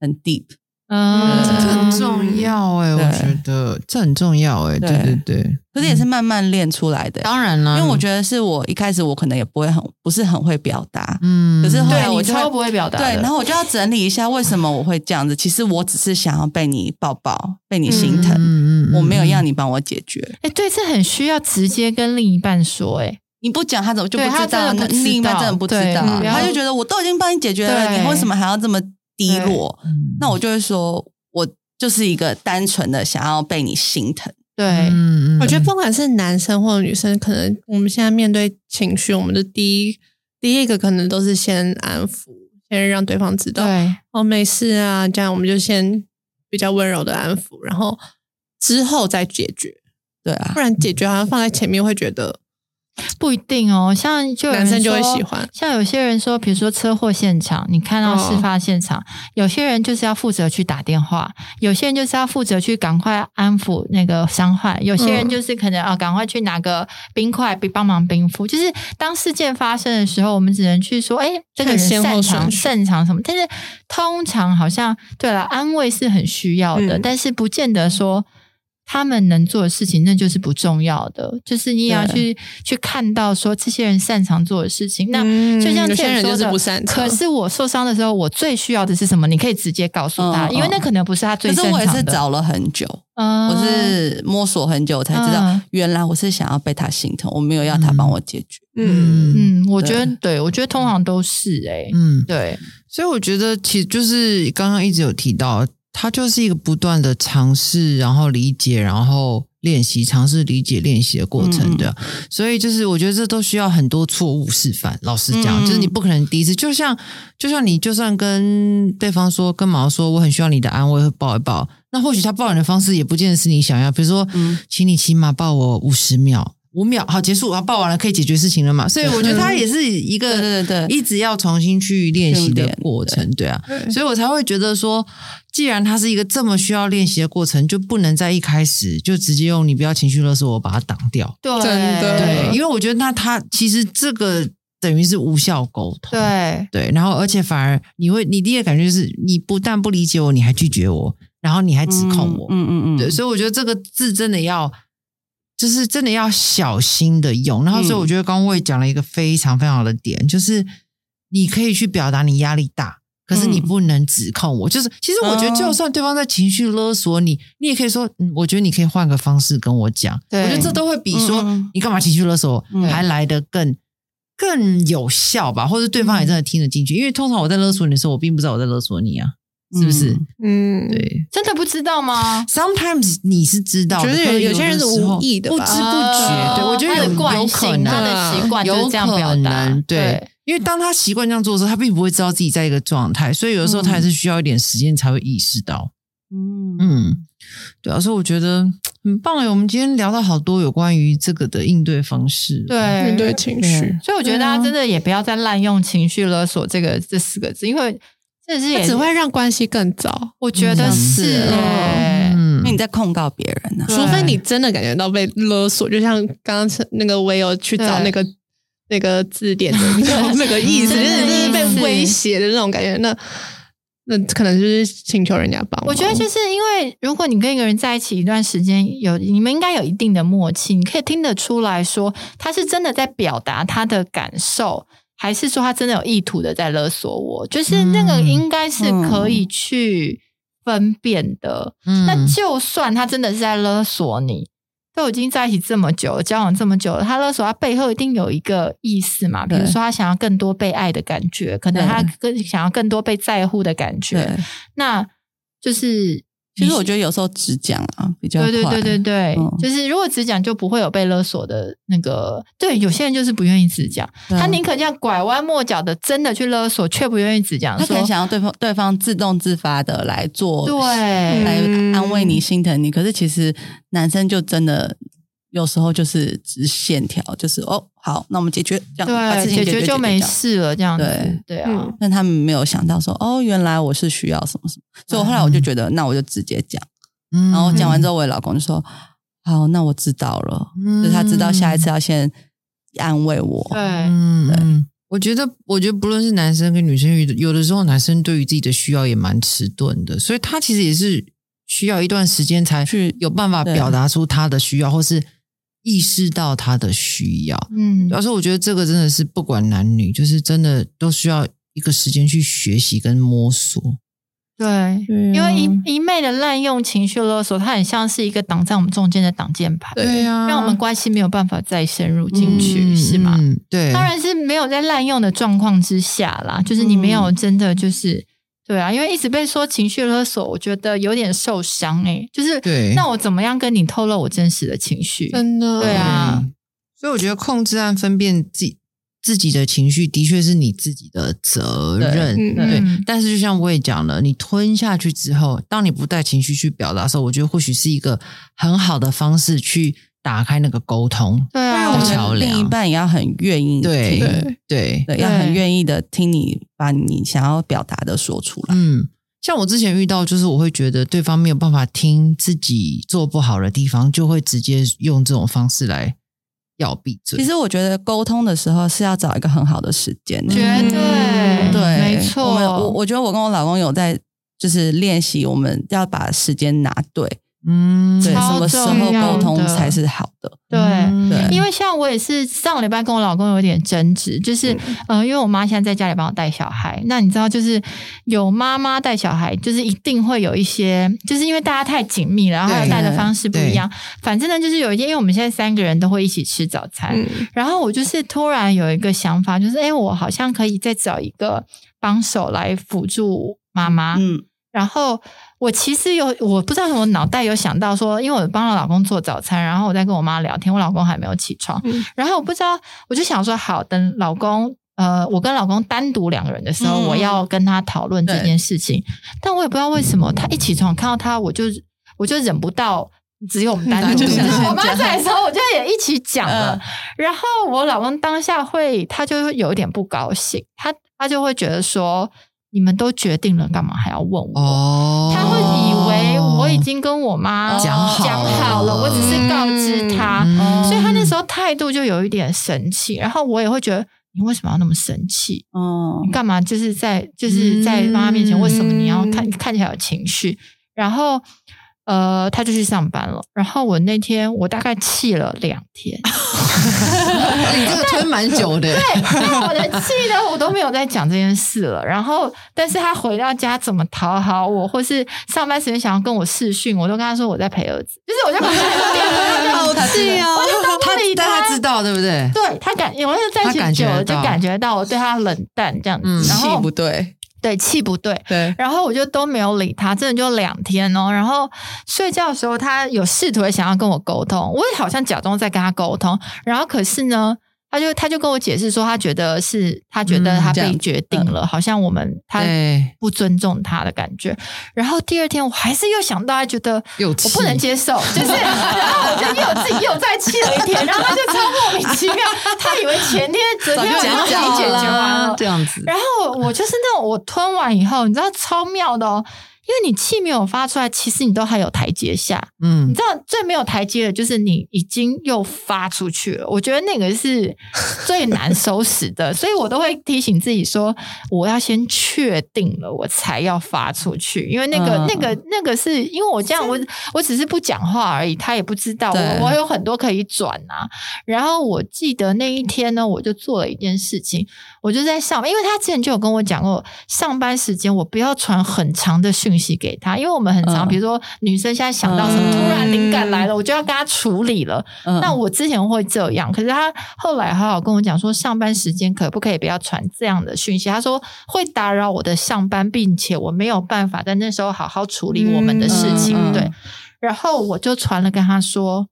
[SPEAKER 3] 很 deep。
[SPEAKER 2] 嗯，
[SPEAKER 1] 这很重要哎、
[SPEAKER 3] 对
[SPEAKER 1] 我觉得这很重要哎、
[SPEAKER 3] 对
[SPEAKER 1] 对对对，
[SPEAKER 3] 可是也
[SPEAKER 2] 嗯
[SPEAKER 3] 是慢慢练出来的、
[SPEAKER 1] 当然啦，
[SPEAKER 3] 因为我觉得是我一开始我可能也不会很不是很会表达，
[SPEAKER 1] 嗯，
[SPEAKER 3] 可是后
[SPEAKER 2] 对
[SPEAKER 3] 来
[SPEAKER 2] 你
[SPEAKER 3] 我就会
[SPEAKER 2] 超不会表达
[SPEAKER 3] 对
[SPEAKER 2] 的，，
[SPEAKER 3] 然后我就要整理一下为什么我会这样子。其实我只是想要被你抱抱，被你心疼，
[SPEAKER 1] 嗯
[SPEAKER 3] 我没有要你帮我解决。
[SPEAKER 2] 哎、对，这很需要直接跟另一半说、哎，
[SPEAKER 3] 你不讲他怎么就
[SPEAKER 2] 对
[SPEAKER 3] 不
[SPEAKER 2] 他
[SPEAKER 3] 知道？
[SPEAKER 2] 真的
[SPEAKER 3] 那
[SPEAKER 2] 不知道
[SPEAKER 3] 另一半真的不知
[SPEAKER 2] 对
[SPEAKER 3] 道啊，
[SPEAKER 4] 嗯
[SPEAKER 3] 他就觉得我都已经帮你解决了，
[SPEAKER 2] 对
[SPEAKER 3] 你为什么还要这么低落？
[SPEAKER 1] 嗯
[SPEAKER 3] 那我就会说，我就是一个单纯的想要被你心疼。
[SPEAKER 2] 对，
[SPEAKER 1] 嗯嗯
[SPEAKER 4] 我觉得不管是男生或女生，可能我们现在面对情绪，我们的第一第一个可能都是先安抚，先让对方知道
[SPEAKER 2] 对，
[SPEAKER 4] 哦，没事啊，这样我们就先比较温柔的安抚，然后之后再解决，
[SPEAKER 3] 对啊
[SPEAKER 4] 不，然解决好像放在前面会觉得
[SPEAKER 2] 不一定哦，像就有人
[SPEAKER 4] 男生就会
[SPEAKER 2] 说
[SPEAKER 4] 喜欢哦
[SPEAKER 2] 像有些人说，比如说车祸现场，你看到事发现场，有些人就是要负责去打电话，有些人就是要负责去赶快安抚那个伤患，有些人
[SPEAKER 4] 嗯
[SPEAKER 2] 就是可能啊，赶快去拿个冰块帮帮忙冰敷。就是当事件发生的时候，我们只能去说，哎，这个人
[SPEAKER 4] 看先
[SPEAKER 2] 擅
[SPEAKER 4] 后顺
[SPEAKER 2] 长
[SPEAKER 4] 序
[SPEAKER 2] 擅长什么，但是通常好像对了，安慰是很需要的，
[SPEAKER 4] 嗯
[SPEAKER 2] 但是不见得说。他们能做的事情，那就是不重要的。就是你也要去去看到说这些人擅长做的事情。 那
[SPEAKER 4] 嗯
[SPEAKER 2] 就像
[SPEAKER 4] 有
[SPEAKER 2] 之
[SPEAKER 4] 些
[SPEAKER 2] 前
[SPEAKER 4] 人
[SPEAKER 2] 说
[SPEAKER 4] 就是
[SPEAKER 2] 的
[SPEAKER 4] 不擅长
[SPEAKER 2] 可是我受伤的时候，我最需要的是什么？你可以直接告诉他，
[SPEAKER 3] 嗯
[SPEAKER 2] 因为那可能不是他最
[SPEAKER 3] 可是
[SPEAKER 2] 擅长
[SPEAKER 3] 我
[SPEAKER 2] 的。
[SPEAKER 3] 也是找了很久，
[SPEAKER 2] 嗯，
[SPEAKER 3] 我是摸索很久才知道
[SPEAKER 2] 嗯，
[SPEAKER 3] 原来我是想要被他心疼，我没有要他帮我解决。
[SPEAKER 4] 嗯，
[SPEAKER 2] 嗯，我觉得对我觉得通常都是哎、
[SPEAKER 1] 嗯，
[SPEAKER 2] 对，
[SPEAKER 1] 所以我觉得其实就是刚刚一直有提到，它就是一个不断的尝试，然后理解，然后练习，尝试理解练习的过
[SPEAKER 3] 嗯
[SPEAKER 1] 程的。所以就是我觉得这都需要很多错误示范。老实讲，
[SPEAKER 3] 嗯
[SPEAKER 1] 就是你不可能第一次，就像就像你就算跟对方说，跟毛说，我很需要你的安慰，会抱一抱。那或许他抱你的方式也不见得是你想要，比如说，
[SPEAKER 3] 嗯
[SPEAKER 1] 请你起码抱我五十秒，五秒好结束，啊，抱完了可以解决事情了嘛。所以我觉得他也是一个
[SPEAKER 3] 嗯对对对对
[SPEAKER 1] 一直要重新去练习的过程，对啊，
[SPEAKER 4] 对
[SPEAKER 1] 所以我才会觉得说，既然它是一个这么需要练习的过程，就不能在一开始就直接用你不要情绪勒索我把它挡掉，
[SPEAKER 2] 对
[SPEAKER 4] 真的
[SPEAKER 1] 对，
[SPEAKER 4] 嗯
[SPEAKER 1] 因为我觉得那它其实这个等于是无效沟通，
[SPEAKER 2] 对
[SPEAKER 1] 对，然后而且反而你会你第一个感觉就是你不但不理解我，你还拒绝我，然后你还指控我，
[SPEAKER 3] 嗯嗯嗯，
[SPEAKER 1] 对，所以我觉得这个字真的要，就是真的要小心的用。然后，所以我觉得刚刚我也讲了一个非常非常好的点，就是你可以去表达你压力大，可是你
[SPEAKER 3] 嗯
[SPEAKER 1] 不能指控我。就是其实我觉得，就
[SPEAKER 3] 哦
[SPEAKER 1] 算对方在情绪勒索你，你也可以说，嗯，我觉得你可以换个方式跟我讲。
[SPEAKER 2] 对
[SPEAKER 1] 我觉得这都会比说、
[SPEAKER 3] 嗯嗯嗯
[SPEAKER 1] 你干嘛情绪勒索我
[SPEAKER 3] 嗯
[SPEAKER 1] 还来得更。更有效吧，或者对方也真的听得进去，因为通常我在勒索你的时候，我并不知道我在勒索你啊，是不是？
[SPEAKER 3] 嗯
[SPEAKER 4] 嗯，
[SPEAKER 1] 对，
[SPEAKER 2] 真的不知道吗？
[SPEAKER 1] Sometimes 你是知道的，
[SPEAKER 4] 就是
[SPEAKER 1] 可能
[SPEAKER 4] 有
[SPEAKER 1] 有
[SPEAKER 4] 些人是
[SPEAKER 1] 时候
[SPEAKER 4] 无意的
[SPEAKER 1] 不
[SPEAKER 4] 吧
[SPEAKER 1] 知不
[SPEAKER 2] 哦
[SPEAKER 1] 觉。对我觉
[SPEAKER 2] 他
[SPEAKER 1] 得
[SPEAKER 2] 的
[SPEAKER 1] 有有
[SPEAKER 2] 惯
[SPEAKER 1] 可
[SPEAKER 2] 性，他啊
[SPEAKER 1] 能，啊
[SPEAKER 2] 的习惯就是
[SPEAKER 1] 有
[SPEAKER 2] 这样
[SPEAKER 1] 可
[SPEAKER 2] 表达
[SPEAKER 1] 能，对，因为当他习惯这样做的时候，他并不会知道自己在一个状态，所以有的时候他还是需要一点时间才会意识到。
[SPEAKER 3] 嗯
[SPEAKER 1] 嗯，对啊，所以我觉得很棒哎，我们今天聊到好多有关于这个的应对方式。
[SPEAKER 2] 对
[SPEAKER 4] 面对情绪
[SPEAKER 1] 对，
[SPEAKER 2] 所以我觉得大家真的也不要再滥用“情绪勒索”这个这四个字，因为这是
[SPEAKER 4] 它
[SPEAKER 2] 也
[SPEAKER 4] 只会让关系更糟。
[SPEAKER 2] 我觉得
[SPEAKER 1] 嗯
[SPEAKER 2] 是
[SPEAKER 4] 嗯
[SPEAKER 2] 哎、
[SPEAKER 1] 嗯
[SPEAKER 3] 因为你在控告别人啊呢。
[SPEAKER 2] 对
[SPEAKER 4] 除非你真的感觉到被勒索，就像刚刚那个唯有去找
[SPEAKER 2] 对
[SPEAKER 4] 那个那个字 典的那个意思，就
[SPEAKER 2] 真的
[SPEAKER 4] 是就是被
[SPEAKER 2] 意思
[SPEAKER 4] 威胁的那种感觉，那那可能就是请求人家帮忙。
[SPEAKER 2] 我觉得就是因为，如果你跟一个人在一起一段时间，有你们应该有一定的默契，你可以听得出来说他是真的在表达他的感受，还是说他真的有意图的在勒索我，就是那个
[SPEAKER 1] 嗯
[SPEAKER 2] 应该是可以去分辨的。
[SPEAKER 1] 嗯
[SPEAKER 2] 那就算他真的是在勒索你，都已经在一起这么久了，交往这么久了，他勒索他背后一定有一个意思嘛，比如
[SPEAKER 3] 对
[SPEAKER 2] 说他想要更多被爱的感觉，可能他更想要更多被在乎的感觉。
[SPEAKER 3] 对，
[SPEAKER 2] 那就是
[SPEAKER 3] 其实我觉得有时候只讲啊比较快。
[SPEAKER 2] 对对对对对，
[SPEAKER 3] 嗯
[SPEAKER 2] 就是如果只讲就不会有被勒索的那个。对，有些人就是不愿意只讲，
[SPEAKER 3] 对啊
[SPEAKER 2] 他宁可这样拐弯抹角的真的去勒索，却不愿意只讲
[SPEAKER 3] 他可
[SPEAKER 2] 说
[SPEAKER 3] 能想要对方对方自动自发的来做，
[SPEAKER 2] 对。
[SPEAKER 3] 来
[SPEAKER 4] 嗯
[SPEAKER 3] 安慰你、心疼你。可是其实男生就真的有时候就是直线条，就是哦，好，那我们解决这样，把事
[SPEAKER 2] 对，
[SPEAKER 3] 情
[SPEAKER 2] 解
[SPEAKER 3] 决
[SPEAKER 2] 决就
[SPEAKER 3] 掉
[SPEAKER 2] 没。事了，这样子，对啊，
[SPEAKER 4] 嗯
[SPEAKER 3] 但他们没有想到说，哦，原来我是需要什么什么，所以我后来我就觉得，那我就直接讲。
[SPEAKER 1] 然
[SPEAKER 3] 然后讲完之后，我的老公就说，好，那我知道了，
[SPEAKER 1] 后
[SPEAKER 3] 就是他知道下一次要先安慰我。
[SPEAKER 2] 对，
[SPEAKER 1] 嗯，嗯，我觉得，我觉得不论是男生跟女生，有的有的时候男生对于自己的需要也蛮迟钝的，所以他其实也是需要一段时间才
[SPEAKER 3] 去
[SPEAKER 1] 有办法
[SPEAKER 3] 对
[SPEAKER 1] 表达出他的需要，或是意识到他的需要。
[SPEAKER 2] 嗯
[SPEAKER 3] 啊
[SPEAKER 1] 主，要是我觉得这个真的是不管男女，就是真的都需要一个时间去学习跟摸索。
[SPEAKER 2] 对，因为
[SPEAKER 3] 嗯
[SPEAKER 2] 一一昧的滥用情绪勒索，它很像是一个挡在我们中间的挡箭牌，
[SPEAKER 4] 对
[SPEAKER 3] 啊
[SPEAKER 1] 呀
[SPEAKER 2] 让我们关系没有办法再深入进去，
[SPEAKER 1] 嗯
[SPEAKER 2] 是吗？
[SPEAKER 1] 嗯对，
[SPEAKER 2] 当然是没有在滥用的状况之下啦，就是你没有
[SPEAKER 3] 嗯
[SPEAKER 2] 真的就是、对啊，因为一直被说情绪勒索，我觉得有点受伤哎、就是
[SPEAKER 1] 对
[SPEAKER 2] 那我怎么样跟你透露我真实的情绪？
[SPEAKER 4] 真的
[SPEAKER 2] 对啊
[SPEAKER 1] 嗯，所以我觉得控制和分辨自己自己的情绪，的确是你自己的责任。
[SPEAKER 4] 对嗯
[SPEAKER 1] 对
[SPEAKER 2] 嗯
[SPEAKER 1] 但是就像我也讲了，你吞下去之后，当你不带情绪去表达的时候，我觉得或许是一个很好的方式去打开那个沟通。
[SPEAKER 2] 对啊
[SPEAKER 1] 要有桥梁
[SPEAKER 3] 另一半也要很愿意
[SPEAKER 1] 对
[SPEAKER 3] 听
[SPEAKER 4] 对
[SPEAKER 1] 对，
[SPEAKER 3] 对，要很愿意的听你把你想要表达的说出来。
[SPEAKER 1] 嗯，像我之前遇到，就是我会觉得对方没有办法听自己做不好的地方，就会直接用这种方式来要闭嘴。
[SPEAKER 3] 其实我觉得沟通的时候是要找一个很好的时间，
[SPEAKER 2] 绝
[SPEAKER 4] 嗯
[SPEAKER 2] 对
[SPEAKER 3] 对，
[SPEAKER 2] 没
[SPEAKER 3] 我们我
[SPEAKER 2] 错，
[SPEAKER 3] 我觉得我跟我老公有在就是练习，我们要把时间拿对，
[SPEAKER 1] 嗯，
[SPEAKER 3] 对，
[SPEAKER 2] 超
[SPEAKER 3] 什么时候
[SPEAKER 2] 重要
[SPEAKER 3] 沟通
[SPEAKER 2] 的
[SPEAKER 3] 才是好的。
[SPEAKER 2] 对。
[SPEAKER 1] 嗯
[SPEAKER 3] 对
[SPEAKER 2] 因为像我也是上礼拜跟我老公有点争执，就是呃，因为我妈现在在家里帮我带小孩，那你知道，就是有妈妈带小孩，就是一定会有一些，就是因为大家太紧密了，然后还有带的方式不一样。反正呢，就是有一天，因为我们现在三个人都会一起吃早餐，
[SPEAKER 4] 嗯，
[SPEAKER 2] 然后我就是突然有一个想法，就是哎，我好像可以再找一个帮手来辅助妈妈，
[SPEAKER 3] 嗯，
[SPEAKER 2] 然后我其实有，我不知道为什么脑袋有想到说，因为我帮了老公做早餐，然后我在跟我妈聊天，我老公还没有起床，
[SPEAKER 4] 嗯
[SPEAKER 2] 然后我不知道，我就想说，好，等老公。呃，我跟老公单独两个人的时候，
[SPEAKER 3] 嗯
[SPEAKER 2] 我要跟他讨论这件事情，但我也不知道为什么，他一起床看到他，我就我就忍不到只有我们 单独，
[SPEAKER 3] 嗯
[SPEAKER 2] 就
[SPEAKER 3] 就是想先
[SPEAKER 2] 我妈在的时候，我就也一起讲了。
[SPEAKER 3] 嗯
[SPEAKER 2] 然后我老公当下会，他就会有一点不高兴，他他就会觉得说，你们都决定了，干嘛还要问我？
[SPEAKER 1] 哦，
[SPEAKER 2] 他会以为我已经跟我妈
[SPEAKER 1] 讲好
[SPEAKER 2] 讲好了，
[SPEAKER 1] 了
[SPEAKER 2] 我只是告知他，
[SPEAKER 1] 嗯
[SPEAKER 2] 所以他那时候态度就有一点生气。然后我也会觉得，你为什么要那么生气？
[SPEAKER 3] 嗯
[SPEAKER 2] 你干嘛就是在就是在妈妈面前，
[SPEAKER 4] 嗯
[SPEAKER 2] 为什么你要看看起来有情绪？然后呃，他就去上班了。然后我那天我大概气了两天，
[SPEAKER 1] 你这个推蛮久 的，
[SPEAKER 2] 那我的气呢，我都没有在讲这件事了。然后，但是他回到家怎么讨好我，或是上班时间想要跟我视讯，我都跟他说我在陪儿子，就是我就把他的电话就
[SPEAKER 3] 好气哦！
[SPEAKER 1] 他
[SPEAKER 2] 理他
[SPEAKER 1] 但他知道对不对？
[SPEAKER 2] 对他感，我是在一
[SPEAKER 1] 他
[SPEAKER 2] 起
[SPEAKER 1] 感
[SPEAKER 2] 久
[SPEAKER 1] 觉
[SPEAKER 2] 了
[SPEAKER 1] 得
[SPEAKER 2] 就
[SPEAKER 1] 到
[SPEAKER 2] 感觉到我对他冷淡这样子，
[SPEAKER 1] 嗯
[SPEAKER 2] 然后
[SPEAKER 3] 不对，
[SPEAKER 2] 对气不对，
[SPEAKER 3] 对，
[SPEAKER 2] 然后我就都没有理他，真的就两天哦。然后睡觉的时候，他有试图地想要跟我沟通，我也好像假装在跟他沟通，然后可是呢，他就他就跟我解释说，他觉得是他觉得
[SPEAKER 1] 嗯
[SPEAKER 2] 他
[SPEAKER 3] 这样
[SPEAKER 2] 被
[SPEAKER 3] 子
[SPEAKER 2] 决定了，好像我们他
[SPEAKER 1] 对，
[SPEAKER 2] 不尊重他的感觉。然后第二天我还是又想到，他觉得
[SPEAKER 1] 又
[SPEAKER 2] 我不能
[SPEAKER 1] 气
[SPEAKER 2] 接受，就是然后我就又自己又再气了一天，然后他就超莫名其妙，他以为前天昨天我帮
[SPEAKER 3] 早
[SPEAKER 2] 自
[SPEAKER 3] 就讲
[SPEAKER 2] 己
[SPEAKER 3] 好
[SPEAKER 2] 解决啊完了
[SPEAKER 1] 啦，这样子，
[SPEAKER 2] 然后我我就是那种我吞完以后，你知道超妙的哦，因为你气没有发出来，其实你都还有台阶下。你
[SPEAKER 1] 嗯
[SPEAKER 2] 知道最没有台阶的就是你已经又发出去了，我觉得那个 是最难收拾的，所以我都会提醒自己说，我要先确定了，我才要发出去，因为那个、
[SPEAKER 3] 嗯
[SPEAKER 2] 那个那个是因为我这样，我我只是不讲话而已，他也不知道
[SPEAKER 3] 对
[SPEAKER 2] 我我有很多可以转啊。然后我记得那一天呢，我就做了一件事情，我就在上，因为他之前就有跟我讲过，上班时间我不要传很长的讯息给他，因为我们很长，
[SPEAKER 3] 嗯
[SPEAKER 2] 比如说女生现在想到什么，
[SPEAKER 3] 嗯
[SPEAKER 2] 突然灵感来了，我就要跟他处理了。
[SPEAKER 3] 嗯
[SPEAKER 2] 那我之前会这样，可是他后来好好跟我讲说，上班时间可不可以不要传这样的讯息？他说会打扰我的上班，并且我没有办法在那时候好好处理我们的事情。
[SPEAKER 3] 嗯嗯嗯
[SPEAKER 2] 对，然后我就传了跟他说，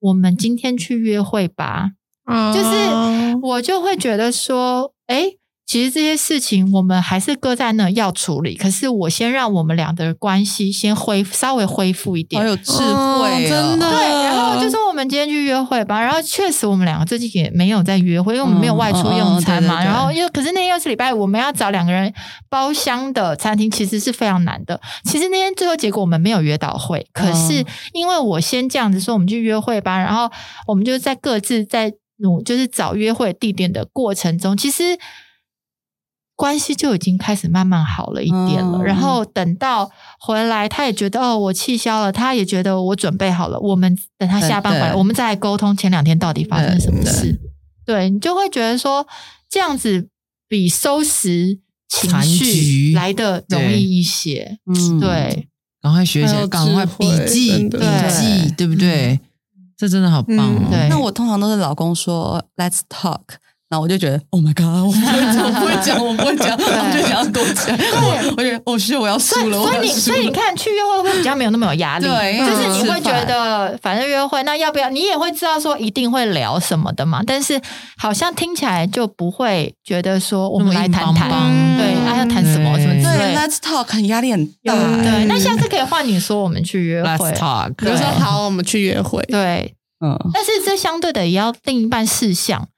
[SPEAKER 2] 我们今天去约会吧。嗯就是我就会觉得说，哎、其实这些事情我们还是搁在那要处理，可是我先让我们俩的关系先恢稍微恢复一
[SPEAKER 3] 好
[SPEAKER 2] 点。
[SPEAKER 3] 有智慧哦，
[SPEAKER 4] 真的
[SPEAKER 2] 对，然后就说我们今天去约会吧。然后确实我们两个最近也没有在约会，因为我们没有外出用餐
[SPEAKER 3] 嗯嗯嗯
[SPEAKER 2] 嘛。
[SPEAKER 3] 对对对
[SPEAKER 2] 然后又可是那天又是礼拜五，我们要找两个人包厢的餐厅，其实是非常难的。其实那天最后结果我们没有约到会，可是
[SPEAKER 3] 嗯
[SPEAKER 2] 因为我先这样子说我们去约会吧，然后我们就在各自在努就是找约会地点的过程中，其实关系就已经开始慢慢好了一点了。
[SPEAKER 3] 嗯
[SPEAKER 2] 然后等到回来，他也觉得哦，我气消了，他也觉得我准备好了，我们等他下班回来，
[SPEAKER 3] 对
[SPEAKER 2] 我们再来沟通前两天到底发生了什么事。对你就会觉得说这样子比收拾情
[SPEAKER 1] 残
[SPEAKER 2] 绪
[SPEAKER 1] 局
[SPEAKER 2] 来的容易一些。
[SPEAKER 3] 嗯，
[SPEAKER 2] 对，
[SPEAKER 1] 赶快学起
[SPEAKER 4] 还
[SPEAKER 1] 来，
[SPEAKER 4] 有
[SPEAKER 1] 赶快
[SPEAKER 4] 智慧
[SPEAKER 1] 笔记
[SPEAKER 4] 真
[SPEAKER 1] 笔
[SPEAKER 4] 的
[SPEAKER 1] 记，对不对？这真的好棒哦
[SPEAKER 4] 嗯！
[SPEAKER 2] 对
[SPEAKER 3] 那我通常都是老公说 “Let's talk”，然后我就觉得 “Oh my god”，我不会讲，我不会讲，我不会讲， 我就想要多讲。我我觉得哦，是我要
[SPEAKER 2] 所
[SPEAKER 3] 输
[SPEAKER 2] 以
[SPEAKER 3] 了，我
[SPEAKER 2] 所
[SPEAKER 3] 要
[SPEAKER 2] 以你
[SPEAKER 3] 输
[SPEAKER 2] 所以你
[SPEAKER 3] 了。
[SPEAKER 2] 看去约会会比较没有那么有压力，
[SPEAKER 3] 对因为
[SPEAKER 2] 就是你
[SPEAKER 3] 吃
[SPEAKER 2] 会
[SPEAKER 3] 饭
[SPEAKER 2] 觉得反正约会那要不要你也会知道说一定会聊什么的嘛，但是好像听起来就不会觉得说我们来
[SPEAKER 1] 那么
[SPEAKER 2] 谈谈，
[SPEAKER 1] 硬邦邦
[SPEAKER 2] 对，啊要谈什么什么之类
[SPEAKER 3] 对
[SPEAKER 2] 的。
[SPEAKER 3] ，Let's talk 很压力很大欸
[SPEAKER 2] 有。对，
[SPEAKER 4] 嗯
[SPEAKER 2] 那下次可以换你说我们去约
[SPEAKER 1] Let's
[SPEAKER 2] 会，
[SPEAKER 1] talk，
[SPEAKER 4] 比如说
[SPEAKER 2] 对
[SPEAKER 4] 好，我们去约会，
[SPEAKER 2] 对
[SPEAKER 3] 嗯，
[SPEAKER 2] 但是这相对的也要另一半事项，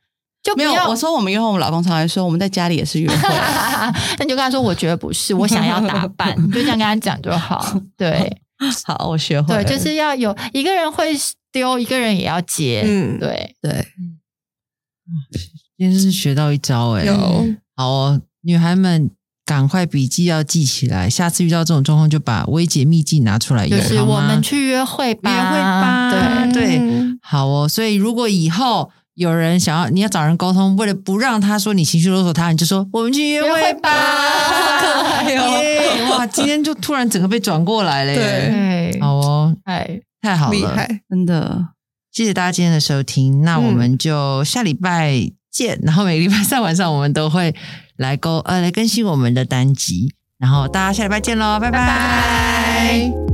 [SPEAKER 2] 就不
[SPEAKER 3] 没有，
[SPEAKER 2] 要。
[SPEAKER 3] 我说我们约会，我们老公常来说我们在家里也是约会
[SPEAKER 2] 那你就跟他说，我觉得不是，我想要打 扮，你就这样跟他讲就好。对
[SPEAKER 3] 好，我学会了。
[SPEAKER 2] 对，就是要有一个人会丢，一个人也要接。
[SPEAKER 4] 嗯，
[SPEAKER 2] 对，
[SPEAKER 3] 对，
[SPEAKER 1] 今天真是学到一招哎、
[SPEAKER 4] 有
[SPEAKER 1] 好哦，女孩们赶快笔记要记起来，下次遇到这种状况就把薇姐秘籍拿出来用，
[SPEAKER 2] 就是
[SPEAKER 1] 好吗
[SPEAKER 2] 我们去约会吧，
[SPEAKER 1] 约会吧
[SPEAKER 2] 对，
[SPEAKER 1] 对
[SPEAKER 4] 嗯
[SPEAKER 1] 好哦，所以如果以后有人想要你要找人沟通，为了不让他说你情绪勒索他，你就说我们去约
[SPEAKER 2] 约
[SPEAKER 1] 会
[SPEAKER 2] 会吧，
[SPEAKER 4] 哎
[SPEAKER 1] 耶哎哇，今天就突然整个被转过来了耶！
[SPEAKER 2] 对，
[SPEAKER 1] 好哦，
[SPEAKER 2] 哎，
[SPEAKER 1] 太好
[SPEAKER 4] 厉
[SPEAKER 1] 了，
[SPEAKER 4] 害，
[SPEAKER 3] 真的，
[SPEAKER 1] 谢谢大家今天的收听，那我们就下礼拜见。然后每个礼拜三晚上我们都会来更呃来更新我们的单集，然后大家下礼拜见喽，拜拜
[SPEAKER 2] 拜。